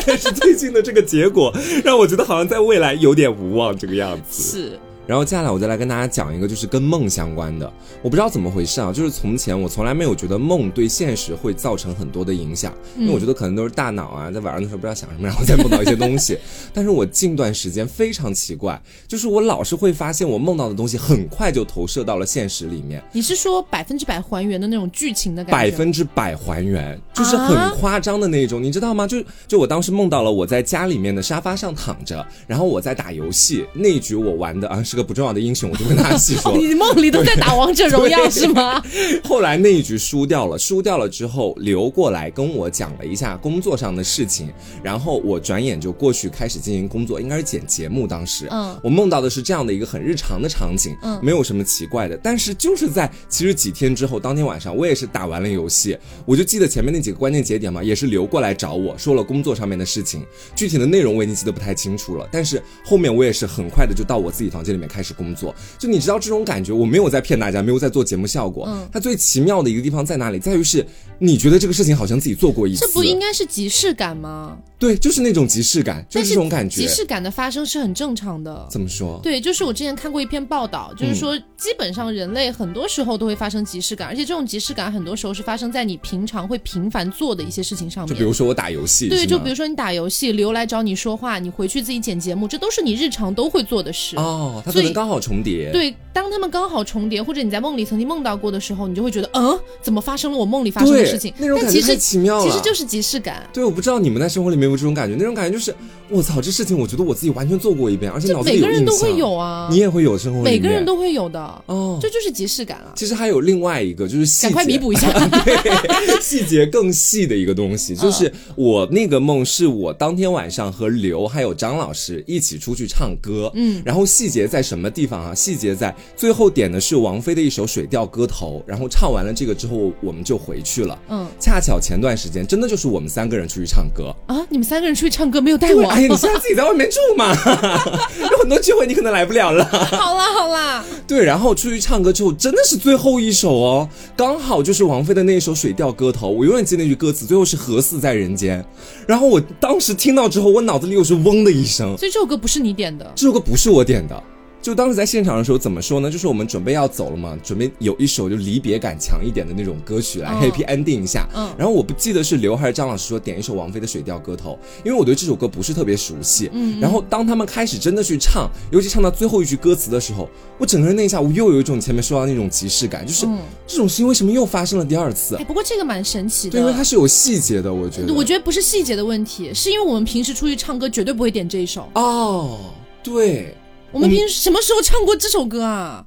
S2: 但是最近的这个结果让我觉得好像在未来有点无望这个样子。
S1: 是，
S2: 然后接下来我再来跟大家讲一个，就是跟梦相关的。我不知道怎么回事啊，就是从前我从来没有觉得梦对现实会造成很多的影响，因为我觉得可能都是大脑啊，在晚上的时候不知道想什么，然后再梦到一些东西。但是我近段时间非常奇怪，就是我老是会发现我梦到的东西很快就投射到了现实里面，
S1: 你是说百分之百还原的那种剧情的感
S2: 百
S1: 觉？
S2: 分之百还原，就是很夸张的那种，你知道吗？就就我当时梦到了我在家里面的沙发上躺着，然后我在打游戏，那一局我玩的啊是个不重要的英雄，我就跟大家细说
S1: 哦，。你梦里都在打王者荣耀
S2: 对
S1: 是吗？
S2: 后来那一局输掉了，输掉了之后刘过来跟我讲了一下工作上的事情，然后我转眼就过去开始进行工作，应该是剪节目。当时，
S1: 嗯
S2: 我梦到的是这样的一个很日常的场景，
S1: 嗯
S2: 没有什么奇怪的。但是就是在其实几天之后，当天晚上我也是打完了游戏，我就记得前面那几个关键节点嘛，也是刘过来找我说了工作上面的事情，具体的内容我已经记得不太清楚了。但是后面我也是很快的就到我自己房间里面开始工作，就你知道这种感觉，我没有在骗大家，没有在做节目效果。
S1: 嗯
S2: 它最奇妙的一个地方在哪里？在于是你觉得这个事情好像自己做过一 次，
S1: 这不应该是即视感吗？
S2: 对，就是那种即视感，就
S1: 但
S2: 是这种感觉
S1: 即。视感的发生是很正常的。
S2: 怎么说？
S1: 对，就是我之前看过一篇报道，就是说
S2: 嗯
S1: 基本上人类很多时候都会发生即视感，而且这种即视感很多时候是发生在你平常会频繁做的一些事情上
S2: 就
S1: 面
S2: 比。如说我打游戏，
S1: 对，
S2: 是
S1: 就
S2: 吗
S1: 比如说你打游戏，刘来找你说话，你回去自己剪节目，这都是你日常都会做的事。
S2: 哦，它
S1: 所
S2: 可
S1: 以
S2: 能刚好重叠。
S1: 对，当他们刚好重叠，或者你在梦里曾经梦到过的时候，你就会觉得，嗯，怎么发生了我梦里发生的
S2: 对
S1: 事情？
S2: 那种
S1: 但
S2: 感
S1: 其
S2: 觉
S1: 实
S2: 太奇妙了。
S1: 其实就是即视感，
S2: 对，我不知道你们在生活里面有没有这种感觉，那种感觉就是我操，这事情我觉得我自己完全做过一遍，而且
S1: 这
S2: 脑子
S1: 每
S2: 里
S1: 个
S2: 有印象。
S1: 人都会有啊，
S2: 你也会有生活里面。
S1: 每个人都会有的，
S2: 哦。
S1: 这就是即视感啊。
S2: 其实还有另外一个就是细
S1: 赶
S2: 节，
S1: 快弥补一下，
S2: 对，细节更细的一个东
S1: 嗯
S2: 西，就是我那个梦是我当天晚上和刘还有张老师一起出去唱歌，嗯，然后细节在什么地方啊？细节在最后点的是王菲的一首《水调歌头》，然后唱完了这个之后，我们就回去了。
S1: 嗯
S2: 恰巧前段时间真的就是我们三个人出去唱歌，
S1: 啊，你们三个人出去唱歌没有带
S2: 对，
S1: 我？
S2: 哎呀，你现在自己在外面住嘛， 有很多聚会你可能来不了了。
S1: 好啦好啦，
S2: 对，然后出去唱歌之后，真的是最后一首哦，刚好就是王菲的那一首《水调歌头》，我永远记得那句歌词，最后是“何似在人间”。然后我当时听到之后，我脑子里又是嗡的一声，
S1: 所以这首歌不是你点的，
S2: 这首歌不是我点的。就当时在现场的时候，怎么说呢？就是我们准备要走了嘛，准备有一首就离别感强一点的那种歌曲来
S1: 嗯
S2: happy ending 一下。
S1: 嗯
S2: 然后我不记得是刘还是张老师说点一首王菲的《水调歌头》，因为我对这首歌不是特别熟悉。
S1: 嗯
S2: 然后当他们开始真的去唱，尤其唱到最后一句歌词的时候，我整个人那一下，我又有一种前面说到那种即视感，就是、
S1: 嗯
S2: 这种事情为什么又发生了第二次
S1: 哎，？不过这个蛮神奇
S2: 对，因为它
S1: 的。
S2: 是有细节的，我觉得。
S1: 我觉得不是细节的问题，是因为我们平时出去唱歌绝对不会点这一首。
S2: 哦，对。
S1: 我们平时什么时候唱过这首歌啊？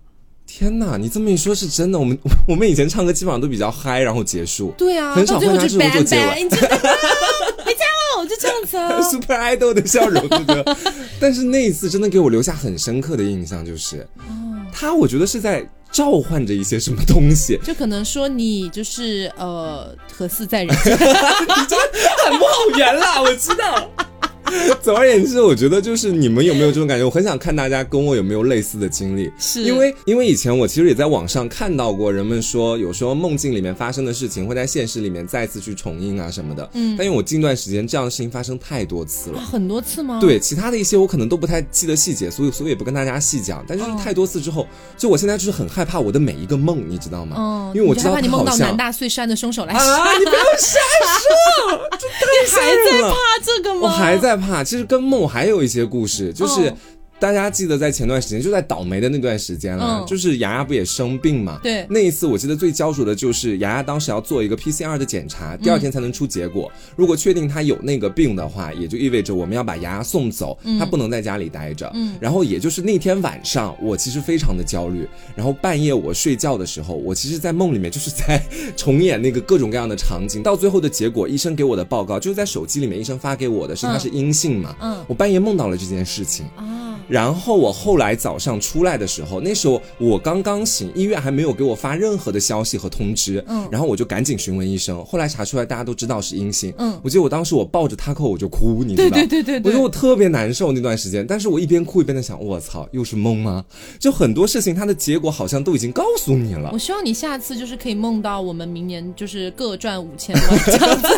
S2: 天呐，你这么一说，是真的。我们 我们以前唱歌基本上都比较嗨，然后结束。
S1: 对啊，
S2: 很
S1: 到
S2: 少
S1: 最
S2: 会
S1: 后
S2: 拿这
S1: 就
S2: 种做
S1: bang
S2: 结
S1: bang，
S2: 尾。。
S1: 你知道吗？ 没加我就这样子啊。
S2: Super Idol 的笑容，对不 对？但是那一次真的给我留下很深刻的印象，就是他，我觉得是在召唤着一些什么东西
S1: 就可能说你就是呃，何似在人间？
S2: 喊不好圆 啦，我知道。总而言之，我觉得就是你们有没有这种感觉？我很想看大家跟我有没有类似的经历，
S1: 是
S2: 因为因为以前我其实也在网上看到过人们说，有时候梦境里面发生的事情会在现实里面再次去重映啊什么的。嗯，但因为我近段时间这样的事情发生太多次了
S1: 啊，。很多次吗？，
S2: 对，其他的一些我可能都不太记得细节，所以所以也不跟大家细讲。但就是
S1: 哦
S2: 太多次之后，就我现在就是很害怕我的每一个梦，你知道吗？
S1: 嗯，
S2: 因为我
S1: 你
S2: 知
S1: 就害怕
S2: 道
S1: 你
S2: 它
S1: 梦
S2: 好
S1: 到
S2: 像
S1: 南大碎山的凶手来 杀，
S2: 啊，你不要瞎说，这太
S1: 还
S2: 吓人
S1: 在
S2: 了。
S1: 怕这个吗？
S2: 我还在怕。其实跟梦还有一些故事，就是。
S1: 哦
S2: 大家记得在前段时间，就在倒霉的那段时间了，
S1: 嗯
S2: 就是雅雅不也生病嘛？
S1: 对
S2: 那一次我记得最焦灼的就是雅雅当时要做一个 PCR 的检查，
S1: 嗯
S2: 第二天才能出结果。如果确定她有那个病的话，也就意味着我们要把雅雅送走，她不能在家里待着。
S1: 嗯
S2: 然后也就是那天晚上，我其实非常的焦虑。然后半夜我睡觉的时候，我其实，在梦里面就是在重演那个各种各样的场景。到最后的结果，医生给我的报告就是在手机里面，医生发给我的
S1: 嗯
S2: 是他是阴性嘛。
S1: 嗯
S2: 我半夜梦到了这件事情，
S1: 啊，
S2: 然后我后来早上出来的时候，那时候我刚刚醒，医院还没有给我发任何的消息和通知，
S1: 嗯
S2: 然后我就赶紧询问医生，后来查出来大家都知道是阴性，
S1: 嗯
S2: 我记得我当时我抱着他扣我就哭，你知
S1: 对
S2: 道，
S1: 对对对
S2: 我觉得我
S1: 对，
S2: 特别难受那段时间，但是我一边哭一边在想，我操，又是梦吗？就很多事情它的结果好像都已经告诉你了
S1: 我，希望你下次就是可以梦到我们明年就是各赚五千万 这样子，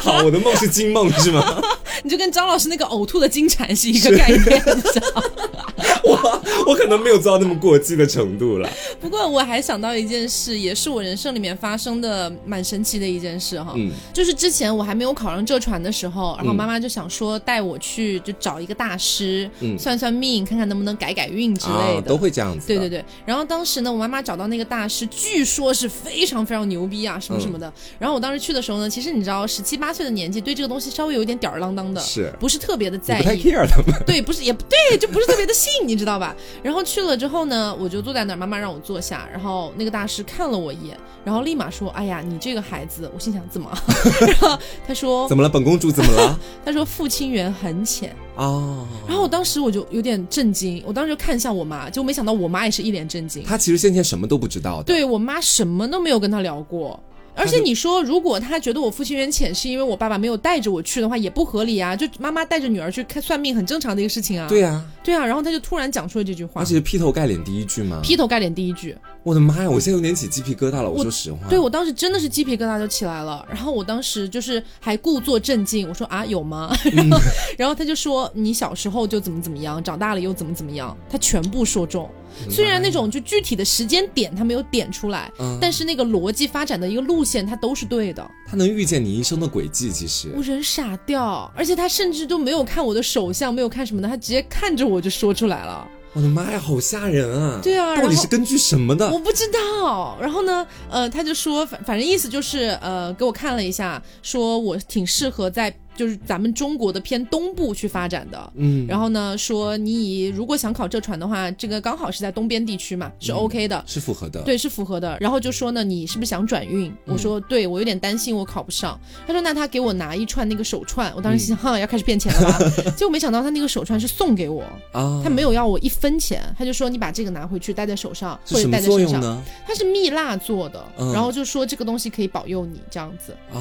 S2: 好，我的梦是金梦是吗？
S1: 你就跟张老师那个呕吐的金蝉是一个概念， 你知道吗
S2: 我我可能没有做到那么过激的程度了。
S1: 不过我还想到一件事，也是我人生里面发生的蛮神奇的一件事哈，
S2: 嗯
S1: 就是之前我还没有考上浙传的时候，然后
S2: 嗯
S1: 妈妈就想说带我去就找一个大师、
S2: 嗯
S1: 算算命，看看能不能改改运之类
S2: 啊，
S1: 的。
S2: 都会这样子的。
S1: 对对对，然后当时呢，我妈妈找到那个大师，据说是非常非常牛逼啊，什么什么
S2: 嗯
S1: 的。然后我当时去的时候呢，其实你知道，十七八岁的年纪，对这个东西稍微有一点吊儿郎当的，
S2: 是
S1: 不是特别的
S2: 你
S1: 在
S2: 不太
S1: 意？
S2: care 他们。
S1: 对，不是也不对，就不是特别的信，你知道吧？然后去了之后呢，我就坐在那儿，妈妈让我坐下，然后那个大师看了我一眼，然后立马说：“哎呀，你这个孩子。”我心想怎么？ 然后他说
S2: 怎么了，本公主怎么了？：“
S1: 他说父亲缘很浅。”
S2: 啊，
S1: 然后我当时我就有点震惊，我当时就看向我妈，就没想到我妈也是一脸震惊。
S2: 她其实先前什么都不知道的。
S1: 对我妈什么都没有跟她聊过。而且你说，如果她觉得我父亲缘浅是因为我爸爸没有带着我去的话，也不合理啊。就妈妈带着女儿去看算命，很正常的一个事情啊。
S2: 对啊，
S1: 对啊，然后她就突然讲出了这句话
S2: 而，且劈头盖脸第一句嘛。
S1: 劈头盖脸第一句，
S2: 我的妈呀，我现在有点起鸡皮疙瘩了。我说实话，
S1: 对我当时真的是鸡皮疙瘩就起来了。然后我当时就是还故作镇静，我说啊有吗？然后、然后她就说你小时候就怎么怎么样，长大了又怎么怎么样，她全部说中。虽然那种就具体的时间点她没有点出来，
S2: 嗯
S1: 但是那个逻辑发展的一个路线她都是对的。
S2: 她能预见你一生的轨迹，其实
S1: 我人傻掉，而且他甚至都没有看我的手相，没有看什么的，他直接看着我就说出来了。
S2: 我的妈呀，好吓人啊！
S1: 对啊
S2: 到底
S1: 然后
S2: 是根据什么的
S1: 我？不知道。然后呢，呃，他就说，反反正意思就是，呃，给我看了一下，说我挺适合在就是咱们中国的偏东部去发展的。
S2: 嗯，
S1: 然后呢，说你以如果想考浙传的话，这个刚好是在东边地区嘛，
S2: 嗯
S1: 是 OK 的。
S2: 是符合的。，
S1: 对，是符合的。然后就说呢，你是不是想转运？
S2: 嗯
S1: 我说，对我有点担心我考不上。他说，那他给我拿一串那个手串。我当时心想，哈、
S2: 嗯
S1: 要开始变钱了 吧？结果没想到他那个手串是送给我，
S2: 啊，
S1: 他没有要我一分钱，他就说你把这个拿回去戴在手上
S2: 是
S1: 或
S2: 什
S1: 者
S2: 么
S1: 戴在
S2: 作
S1: 身
S2: 用
S1: 上。
S2: 呢？
S1: 它是蜜蜡做的，
S2: 嗯
S1: 然后就说这个东西可以保佑你这样子。嗯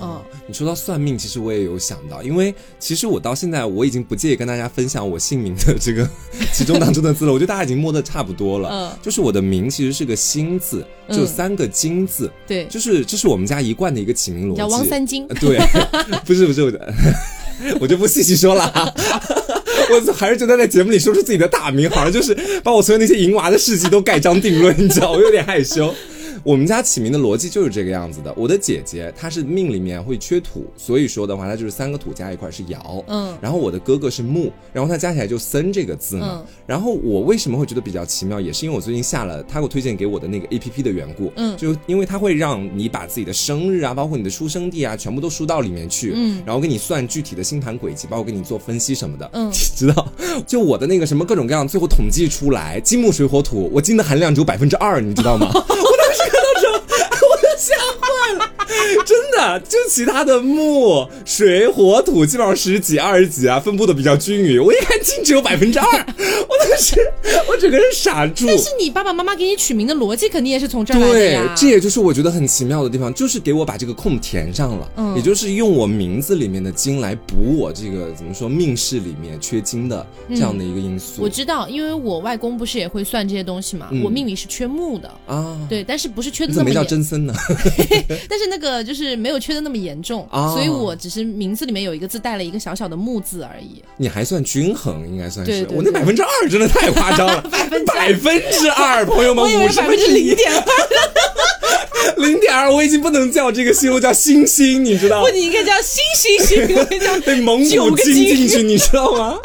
S2: 哦，你说到算命，其实我也有想到，因为其实我到现在我已经不介意跟大家分享我姓名的这个 其中当中的字了，我觉得大家已经摸得差不多了。
S1: 嗯，
S2: 就是我的名其实是个心字，就
S1: 嗯
S2: 三个金字，
S1: 对，
S2: 就是这是我们家一贯的一个起名逻辑。
S1: 叫汪三金
S2: 呃。对， 不是不是我的，我 就不细细说了 啊。我还是觉得在节目里说出自己的大名，好像就是把我所有那些淫娃的事迹都盖章定论，你知道，我有点害羞。我们家起名的逻辑就是这个样子的。我的姐姐她是命里面会缺土，所以说的话，她就是三个土加一块是爻。
S1: 嗯
S2: 然后我的哥哥是木，然后他加起来就森这个字嘛。
S1: 嗯
S2: 然后我为什么会觉得比较奇妙，也是因为我最近下了他给我推荐给我的那个 A P P 的缘故。
S1: 嗯
S2: 就因为它会让你把自己的生日啊，包括你的出生地啊，全部都输到里面去。
S1: 嗯
S2: 然后给你算具体的星盘轨迹，包括给你做分析什么的。
S1: 嗯
S2: 你 知道，就我的那个什么各种各样，最后统计出来金木水火土，我金的含量只有百分之二，你知道吗？我当时看到之后，我都吓 真的，就其他的木、水、火、土，基本上十几、二十几啊，分布的比较均匀。我一看 金只有百分之二，我当时我整个人傻 住。
S1: 但是你爸爸妈妈给你取名的逻辑肯定也是从这儿来的
S2: 对
S1: 呀，。
S2: 这也就是我觉得很奇妙的地方，就是给我把这个空填上了，
S1: 嗯
S2: 也就是用我名字里面的金来补我这个怎么说命室里面缺金的这样的一个因素、
S1: 我知道，因为我外公不是也会算这些东西嘛。
S2: 嗯
S1: 我命里是缺木的，
S2: 啊。
S1: 对，但是不是缺的那
S2: 你怎么
S1: 么
S2: 没叫
S1: 严，
S2: 真森呢？
S1: 但是那个就是没有缺的那么严重，
S2: 哦
S1: 所以我只是名字里面有一个字带了一个小小的木字而已。
S2: 你还算均衡，应该算是。
S1: 对对对
S2: 我那百分之二真的太夸 张了，百分之二，朋友们，
S1: 我以为
S2: 五十
S1: 百分之零点二，
S2: 零点二，我已经不能叫这个星，我叫星星，你知道
S1: 不，？你应该叫星星星，我跟你讲。
S2: 被蒙
S1: 九
S2: 古
S1: 个
S2: 进
S1: 金
S2: 进去，你知道 吗？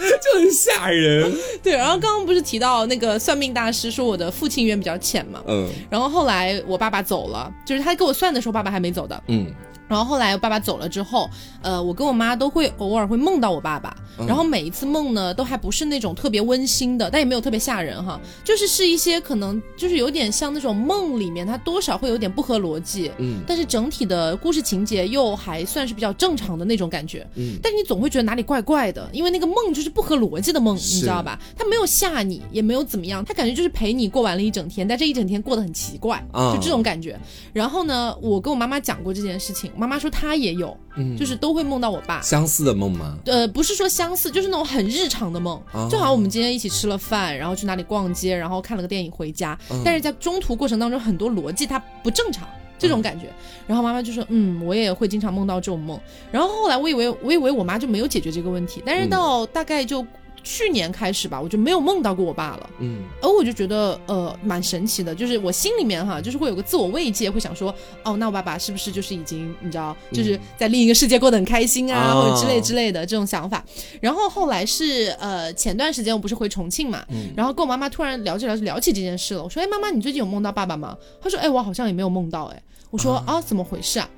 S2: 就很吓人。
S1: 对，然后刚刚不是提到那个算命大师说我的父亲缘比较浅嘛，
S2: 嗯
S1: 然后后来我爸爸走了，就是他给我算的时候，爸爸还没走的。
S2: 嗯
S1: 然后后来我爸爸走了之后，呃，我跟我妈都会偶尔会梦到我爸爸，
S2: 嗯
S1: 然后每一次梦呢，都还不是那种特别温馨的，但也没有特别吓人哈，就是是一些可能就是有点像那种梦里面，它多少会有点不合逻辑，
S2: 嗯
S1: 但是整体的故事情节又还算是比较正常的那种感觉，
S2: 嗯
S1: 但你总会觉得哪里怪怪的，因为那个梦就是不合逻辑的梦，你
S2: 是
S1: 知道吧？它没有吓你，也没有怎么样，它感觉就是陪你过完了一整天，但这一整天过得很奇怪，
S2: 啊
S1: 就这种感觉。然后呢，我跟我妈妈讲过这件事情，我妈妈说她也有，
S2: 嗯
S1: 就是都会梦到我爸。
S2: 相似的梦吗？
S1: 呃，不是说相似，就是那种很日常的梦，
S2: 啊
S1: 就好像我们今天一起吃了饭，然后去哪里逛街，然后看了个电影回家，
S2: 嗯
S1: 但是在中途过程当中，很多逻辑它不正常。这种感觉，然后妈妈就说：“嗯，我也会经常梦到这种梦。”然后后来我以为我以为我妈就没有解决这个问题，但是
S2: 嗯
S1: 到大概就去年开始吧，我就没有梦到过我爸了。
S2: 嗯
S1: 而我就觉得呃蛮神奇的，就是我心里面哈，就是会有个自我慰藉，会想说，哦，那我爸爸是不是就是已经你知道，就是在另一个世界过得很开心啊，
S2: 啊
S1: 或者之类之类的这种想法。然后后来是呃前段时间我不是回重庆嘛，
S2: 嗯
S1: 然后跟我妈妈突然聊着聊着聊起这件事了，我说，哎，妈妈，你最近有梦到爸爸吗？她说，哎，我好像也没有梦到，哎，我说
S2: 啊
S1: 啊怎么回事啊？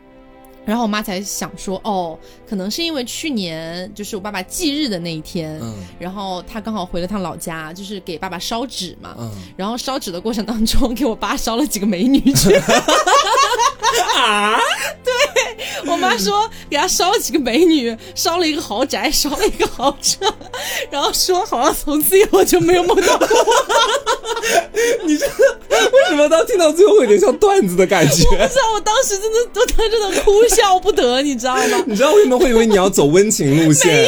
S1: 然后我妈才想说，哦，可能是因为去年就是我爸爸忌日的那一天，
S2: 嗯
S1: 然后他刚好回了趟老家，就是给爸爸烧纸嘛。
S2: 嗯
S1: 然后烧纸的过程当中，给我爸烧了几个美女去。 啊！对我妈说，给他烧了几个美女，烧了一个豪宅，烧了一个豪车，然后说好像从此以后就没有梦到过。
S2: 你这为什么到听到最后有点像段子的感觉？
S1: 不知道我当时真的都当真的哭笑不得，你知道吗？
S2: 你知道为什么会以为你要走温情路线？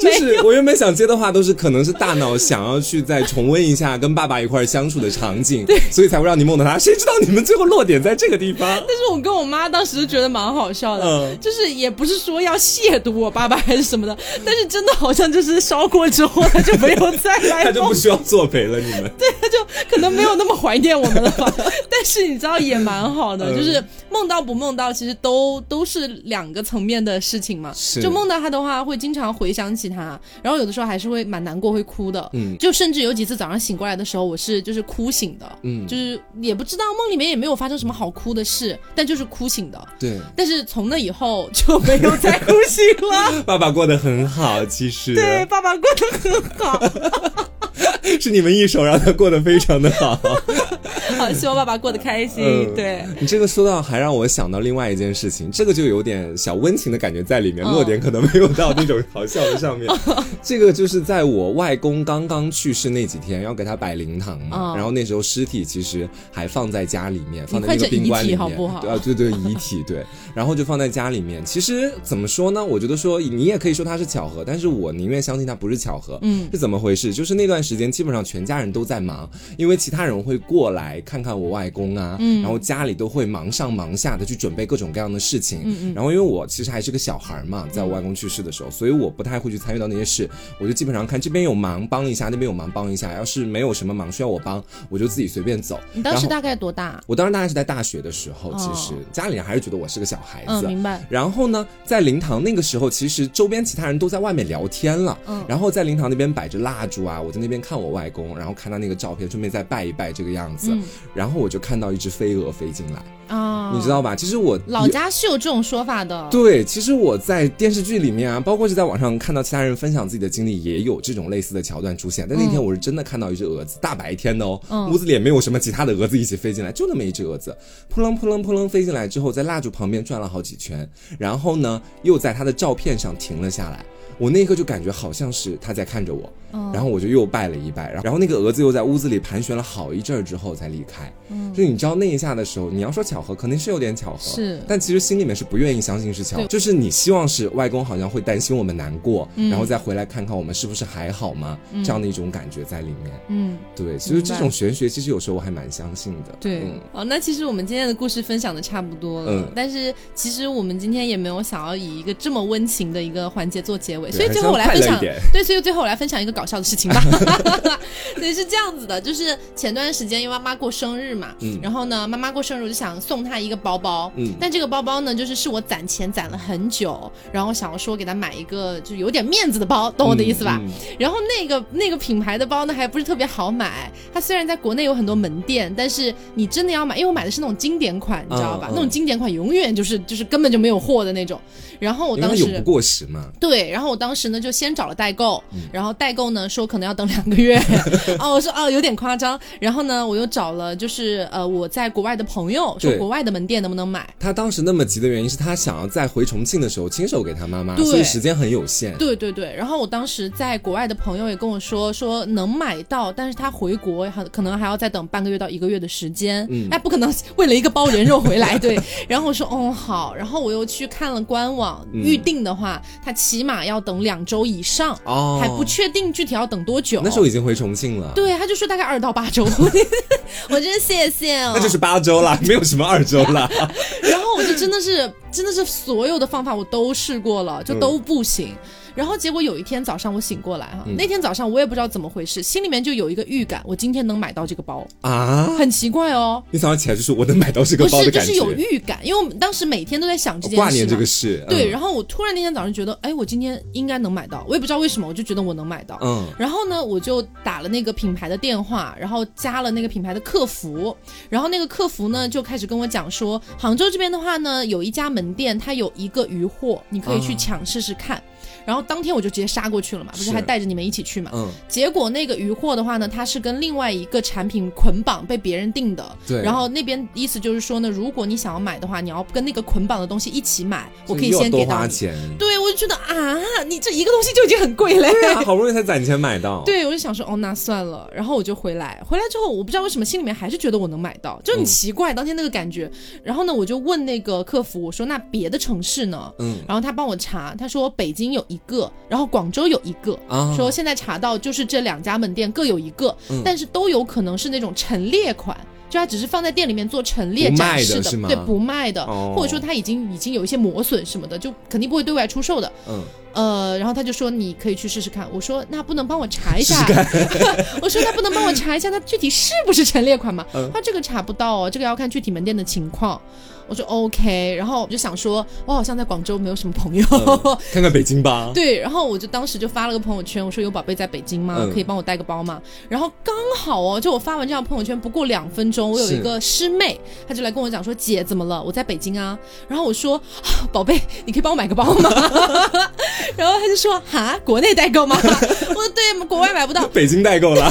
S2: 就
S1: 没
S2: 是我原本想接的话都是可能是大脑想要去再重温一下跟爸爸一块儿相处的场景，所以才会让你梦到他。谁知道你们最后落点在这个地 方？
S1: 但是我跟我妈当时就觉得蛮好笑的，
S2: 嗯
S1: 就是也不是说要亵渎我爸爸还是什么的，但是真的好像就是烧过之后他就没有再来
S2: 他就
S1: 过
S2: 不，需要作陪了，你们。
S1: 他就可能没有那么怀念我们了 吧。但是你知道也蛮好的，
S2: 嗯
S1: 就是梦到不梦到，其实都都是两个层面的事情嘛。
S2: 是
S1: 就梦到他的话，会经常回想起他，然后有的时候还是会蛮难过，会哭的。
S2: 嗯
S1: 就甚至有几次早上醒过来的时候，我是就是哭醒的。
S2: 嗯
S1: 就是也不知道梦里面也没有发生什么好哭的事，但就是哭醒的。
S2: 对，
S1: 但是从那以后就没有再哭醒 了。
S2: 爸爸过得很好，其实
S1: 对，爸爸过得很好，
S2: 是你们一手让他过得非常的好。
S1: 好希望爸爸过得开心。
S2: 嗯
S1: 对，
S2: 你这个说到，还让我想到另外一件事情，这个就有点小温情的感觉在里面，
S1: 嗯
S2: 落点可能没有到那种好笑的上面。
S1: 哦
S2: 这个就是在我外公刚刚去世那几天，要给他摆灵堂嘛，
S1: 嗯
S2: 然后那时候尸体其实还放在家里面，放在
S1: 快
S2: 那个
S1: 成
S2: 宾馆
S1: 遗体
S2: 里面，
S1: 好不好
S2: 对啊，对对，遗体对，然后就放在家里面。其实怎么说呢？我觉得说你也可以说它是巧合，但是我宁愿相信它不是巧合。
S1: 嗯
S2: 是怎么回事？就是那段时间基本上全家人都在忙，因为其他人会过来看看我外公啊，
S1: 嗯
S2: 然后家里都会忙上忙下的去准备各种各样的事
S1: 嗯
S2: 情。然后因为我其实还是个小孩儿嘛，在我外公去世的时候，所以我不太会去参与到那些事，我就基本上看这边有忙帮一下，那边有忙帮一下。要是没有什么忙需要我帮，我就自己随便走。
S1: 你
S2: 然
S1: 当时
S2: 后
S1: 大概多大？
S2: 我当时大概是在大学的时候，
S1: 哦
S2: 其实、家里人还是觉得我是个小孩子。
S1: 嗯，明白。
S2: 然后呢，在灵堂那个时候，其实周边其他人都在外面聊天了。
S1: 嗯
S2: 然后在灵堂那边摆着蜡烛啊，我在那边看我外公，然后看他那个照片，顺便再拜一拜这个样子。
S1: 嗯
S2: 然后我就看到一只飞蛾飞进来，
S1: 啊，
S2: 你知道吧？其实我
S1: 老家是有这种说法的。
S2: 对，其实我在电视剧里面啊，包括是在网上看到其他人分享自己的经历，也有这种类似的桥段出现。但那天我是真的看到一只蛾子，大白天的哦，
S1: 嗯
S2: 屋子里也没有什么其他的蛾子一起飞进来，就那么一只蛾子，扑棱扑棱扑棱飞进来之后，在蜡烛旁边转了好几圈，然后呢，又在他的照片上停了下来。我那一刻就感觉好像是他在看着我，
S1: 嗯
S2: 然后我就又拜了一拜，然后然后那个蛾子又在屋子里盘旋了好一阵儿之后才离开。
S1: 嗯
S2: 就你知道那一下的时候，你要说巧合，肯定是有点巧合，
S1: 是
S2: 但其实心里面是不愿意相信是巧合，
S1: 对
S2: 就是你希望是外公好像会担心我们难过，
S1: 嗯
S2: 然后再回来看看我们是不是还好吗？这样的一种感觉在里面。
S1: 嗯，
S2: 对，其实这
S1: 明
S2: 种玄学，其实有时候我还蛮相信的。
S1: 对
S2: 嗯，
S1: 哦，那其实我们今天的故事分享的差不多了，
S2: 嗯
S1: 但是其实我们今天也没有想要以一个这么温情的一个环节做结尾，
S2: 对
S1: 所以最后我来
S2: 还
S1: 分
S2: 是要
S1: 享
S2: 快乐一点，
S1: 对，所以最后我来分享一个搞笑的事情 吧。 对，是这样子的，就是前段时间因为妈妈过生日嘛，
S2: 嗯
S1: 然后呢，妈妈过生日我就想送他一个包包，
S2: 嗯
S1: 但这个包包呢，就是是我攒钱攒了很久，然后想要说给他买一个就是有点面子的包，懂我的意思吧？
S2: 嗯嗯
S1: 然后那个那个品牌的包呢，还不是特别好买。它虽然在国内有很多门店，但是你真的要买，因为我买的是那种经典款，你知道吧？
S2: 嗯嗯
S1: 那种经典款永远就是就是根本就没有货的那种。然后我
S2: 因为它
S1: 当
S2: 有不
S1: 时。
S2: 过时嘛，
S1: 对，然后我当时呢就先找了代购，
S2: 嗯
S1: 然后代购呢说可能要等两个 月，哦，我说哦有点夸张，然后呢我又找了就是呃我在国外的朋友，说
S2: 对
S1: 国外的门店能不能买，
S2: 他当时那么急的原因是他想要在回重庆的时候亲手给他妈妈，
S1: 对
S2: 所以时间很有限。
S1: 对对对，然后我当时在国外的朋友也跟我说，说能买到，但是他回国还可能还要再等半个月到一个月的时间，
S2: 嗯
S1: 哎，不可能为了一个包人肉回来，对。然后我说，哦好，然后我又去看了官网，
S2: 嗯
S1: 预定的话，他起码要等两周以上，
S2: 哦，
S1: 还不确定具体要等多久。
S2: 那时候已经回重庆了，，
S1: 对，他就说大概二到八周， 我真谢谢哦。
S2: 那就是八周啦，没有什么二周啦。
S1: 然后我就真的是真的是所有的方法我都试过
S2: 嗯
S1: 了，就都不行。然后结果有一天早上我醒过来哈，
S2: 嗯
S1: 那天早上我也不知道怎么回事，心里面就有一个预感，我今天能买到这个包，
S2: 啊，
S1: 很奇怪哦。
S2: 你早上起来就是我能买到这个
S1: 不
S2: 包
S1: 是，
S2: 的
S1: 就
S2: 感
S1: 是
S2: 觉，哦
S1: 有预感，因为我们当时每天都在想这件事嘛。
S2: 挂念这个事，
S1: 对，
S2: 嗯
S1: 然后我突然那天早上觉得，哎，我今天应该能买到，我也不知道为什么，我就觉得我能买到。
S2: 嗯，
S1: 然后呢，我就打了那个品牌的电话，然后加了那个品牌的客服，然后那个客服呢就开始跟我讲说，杭州这边的话呢，有一家门店，它有一个鱼货，你可以
S2: 啊
S1: 去抢试试看。然后当天我就直接杀过去了嘛，不是
S2: 是
S1: 还带着你们一起去嘛？
S2: 嗯，
S1: 结果那个鱼货的话呢，它是跟另外一个产品捆绑被别人定的。
S2: 对
S1: 然后那边意思就是说呢，如果你想要买的话，你要跟那个捆绑的东西一起买，我可以
S2: 又要
S1: 先
S2: 多
S1: 给到
S2: 花
S1: 你。
S2: 钱，
S1: 对，我就觉得啊，你这一个东西就已经很贵了。
S2: 对啊，好不容易才攒钱买到，，
S1: 对，我就想说，哦，那算了。然后我就回来，回来之后，我不知道为什么心里面还是觉得我能买到，
S2: 嗯
S1: 就很奇怪、当天那个感觉。然后呢，我就问那个客服，我说那别的城市呢？
S2: 嗯
S1: 然后他帮我查，他说北京有一个，然后广州有一个，
S2: 啊，
S1: 说现在查到就是这两家门店各有一个，
S2: 嗯
S1: 但是都有可能是那种陈列款。就它只是放在店里面做陈列
S2: 不卖
S1: 展
S2: 的
S1: 示
S2: 是吗
S1: 对，不卖的，
S2: 哦
S1: 或者说它已经已经有一些磨损什么的，就肯定不会对外出售的。
S2: 嗯，
S1: 呃，然后他就说你可以去试试看。我说那不能帮我查一下？ 我说那不能帮我查一下它具体是不是陈列款吗？
S2: 嗯
S1: 他这个查不到哦，这个要看具体门店的情况。我说 OK，然后我就想说，我好像在广州没有什么朋友。
S2: 嗯看看北京吧，
S1: 对，然后我就当时就发了个朋友圈，我说有宝贝在北京吗？
S2: 嗯
S1: 可以帮我带个包吗？然后刚好哦，就我发完这条朋友圈不过两分钟，我有一
S2: 是
S1: 个师妹，她就来跟我讲说姐怎么了？我在北京啊。然后我说、啊、宝贝，你可以帮我买个包吗？ 然后她就说哈，国内代购吗？我说对，国外买不到。
S2: 北京代购啦，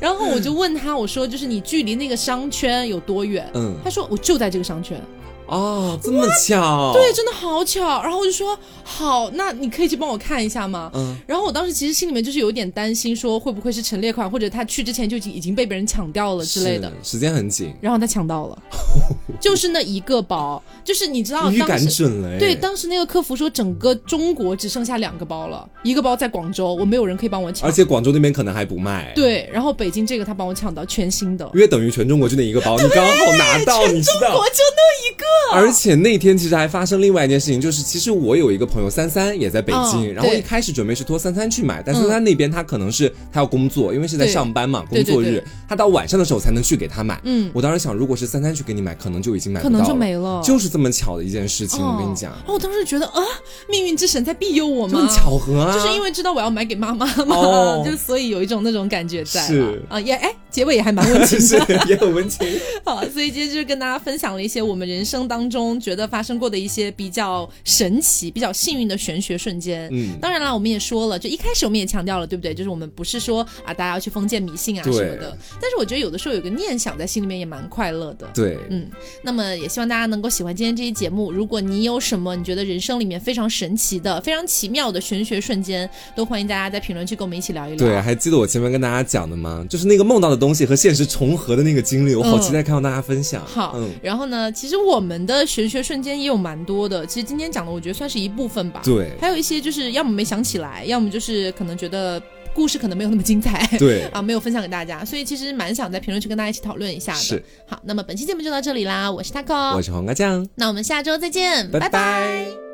S1: 然后我就问她，我说就是你距离那个商圈有多远？
S2: 嗯，
S1: 她说我就在这个商圈，
S2: 哦，这么巧，
S1: 对，，真的好巧。然后我就说好，那你可以去帮我看一下吗？
S2: 嗯，
S1: 然后我当时其实心里面就是有点担心，说会不会是陈列款，或者他去之前就已经已经被别人抢掉了之类的。
S2: 是，时间很紧，
S1: 然后他抢到了， 就是那一个包，就是你知道
S2: 预
S1: 当
S2: 感
S1: 时。
S2: 准了，哎
S1: 对，当时那个客服说，整个中国只剩下两个包了，一个包在广州，我没有人可以帮我抢
S2: 而。且广州那边可能还不卖，。
S1: 对，然后北京这个他帮我抢到全新的，
S2: 约等于全中国就那一个包，你刚好拿到，你知道
S1: 我。就那一个。
S2: 而且那天其实还发生另外一件事情，就是其实我有一个朋友三三也在北京，
S1: 嗯
S2: 然后
S1: 对
S2: 一开始准备是托三三去买，但
S1: 嗯
S2: 三三那边他可能是他要工作，因为是在
S1: 对
S2: 上班嘛，工
S1: 对对
S2: 作日
S1: 对，
S2: 他到晚上的时候才能去给他买。
S1: 嗯
S2: 我当时想，如果是三三去给你买，可能就已经买不
S1: 可
S2: 到
S1: 能
S2: 了，
S1: 就没了
S2: 就是这么巧的一件事情，
S1: 哦
S2: 我跟你讲，
S1: 然后我当时觉得啊，命运之神在庇佑我
S2: 这
S1: 吗
S2: 么？巧合啊，
S1: 就是因为知道我要买给妈妈嘛，
S2: 哦
S1: 就所以有一种那种感觉在了
S2: 是
S1: 啊，也哎，结尾也还蛮 温情
S2: 是
S1: 的。
S2: 也很温情。
S1: 好，所以今天就是跟大家分享了一些我们人生当中觉得发生过的一些比较神奇、比较幸运的玄学瞬间。
S2: 嗯
S1: 当然啦，我们也说了，就一开始我们也强调了，对不对？就是我们不是说啊，大家要去封建迷信啊什
S2: 对
S1: 么的。但是我觉得有的时候有个念想在心里面也蛮快乐的。
S2: 对，
S1: 嗯，那么也希望大家能够喜欢今天这期节目。如果你有什么你觉得人生里面非常神奇的、非常奇妙的玄学瞬间，都欢迎大家在评论区跟我们一起聊一聊。
S2: 对，啊还记得我前面跟大家讲的吗？就是那个梦到的东西和现实重合的那个经历，我好期待看到大家分享。
S1: 嗯好，
S2: 嗯，
S1: 然后呢，其实我们的玄学瞬间也有蛮多的，其实今天讲的我觉得算是一部分吧。，
S2: 对
S1: 还有一些就是要么没想起来，要么就是可能觉得故事可能没有那么精彩。
S2: 对，
S1: 啊，没有分享给大家，所以其实蛮想在评论区跟大家一起讨论一下的。
S2: 是，
S1: 哦好，那么本期节目就到这里啦，我是 taco，
S2: 我是黄瓜酱，
S1: 那我们下周再见，
S2: 拜
S1: 拜
S2: 拜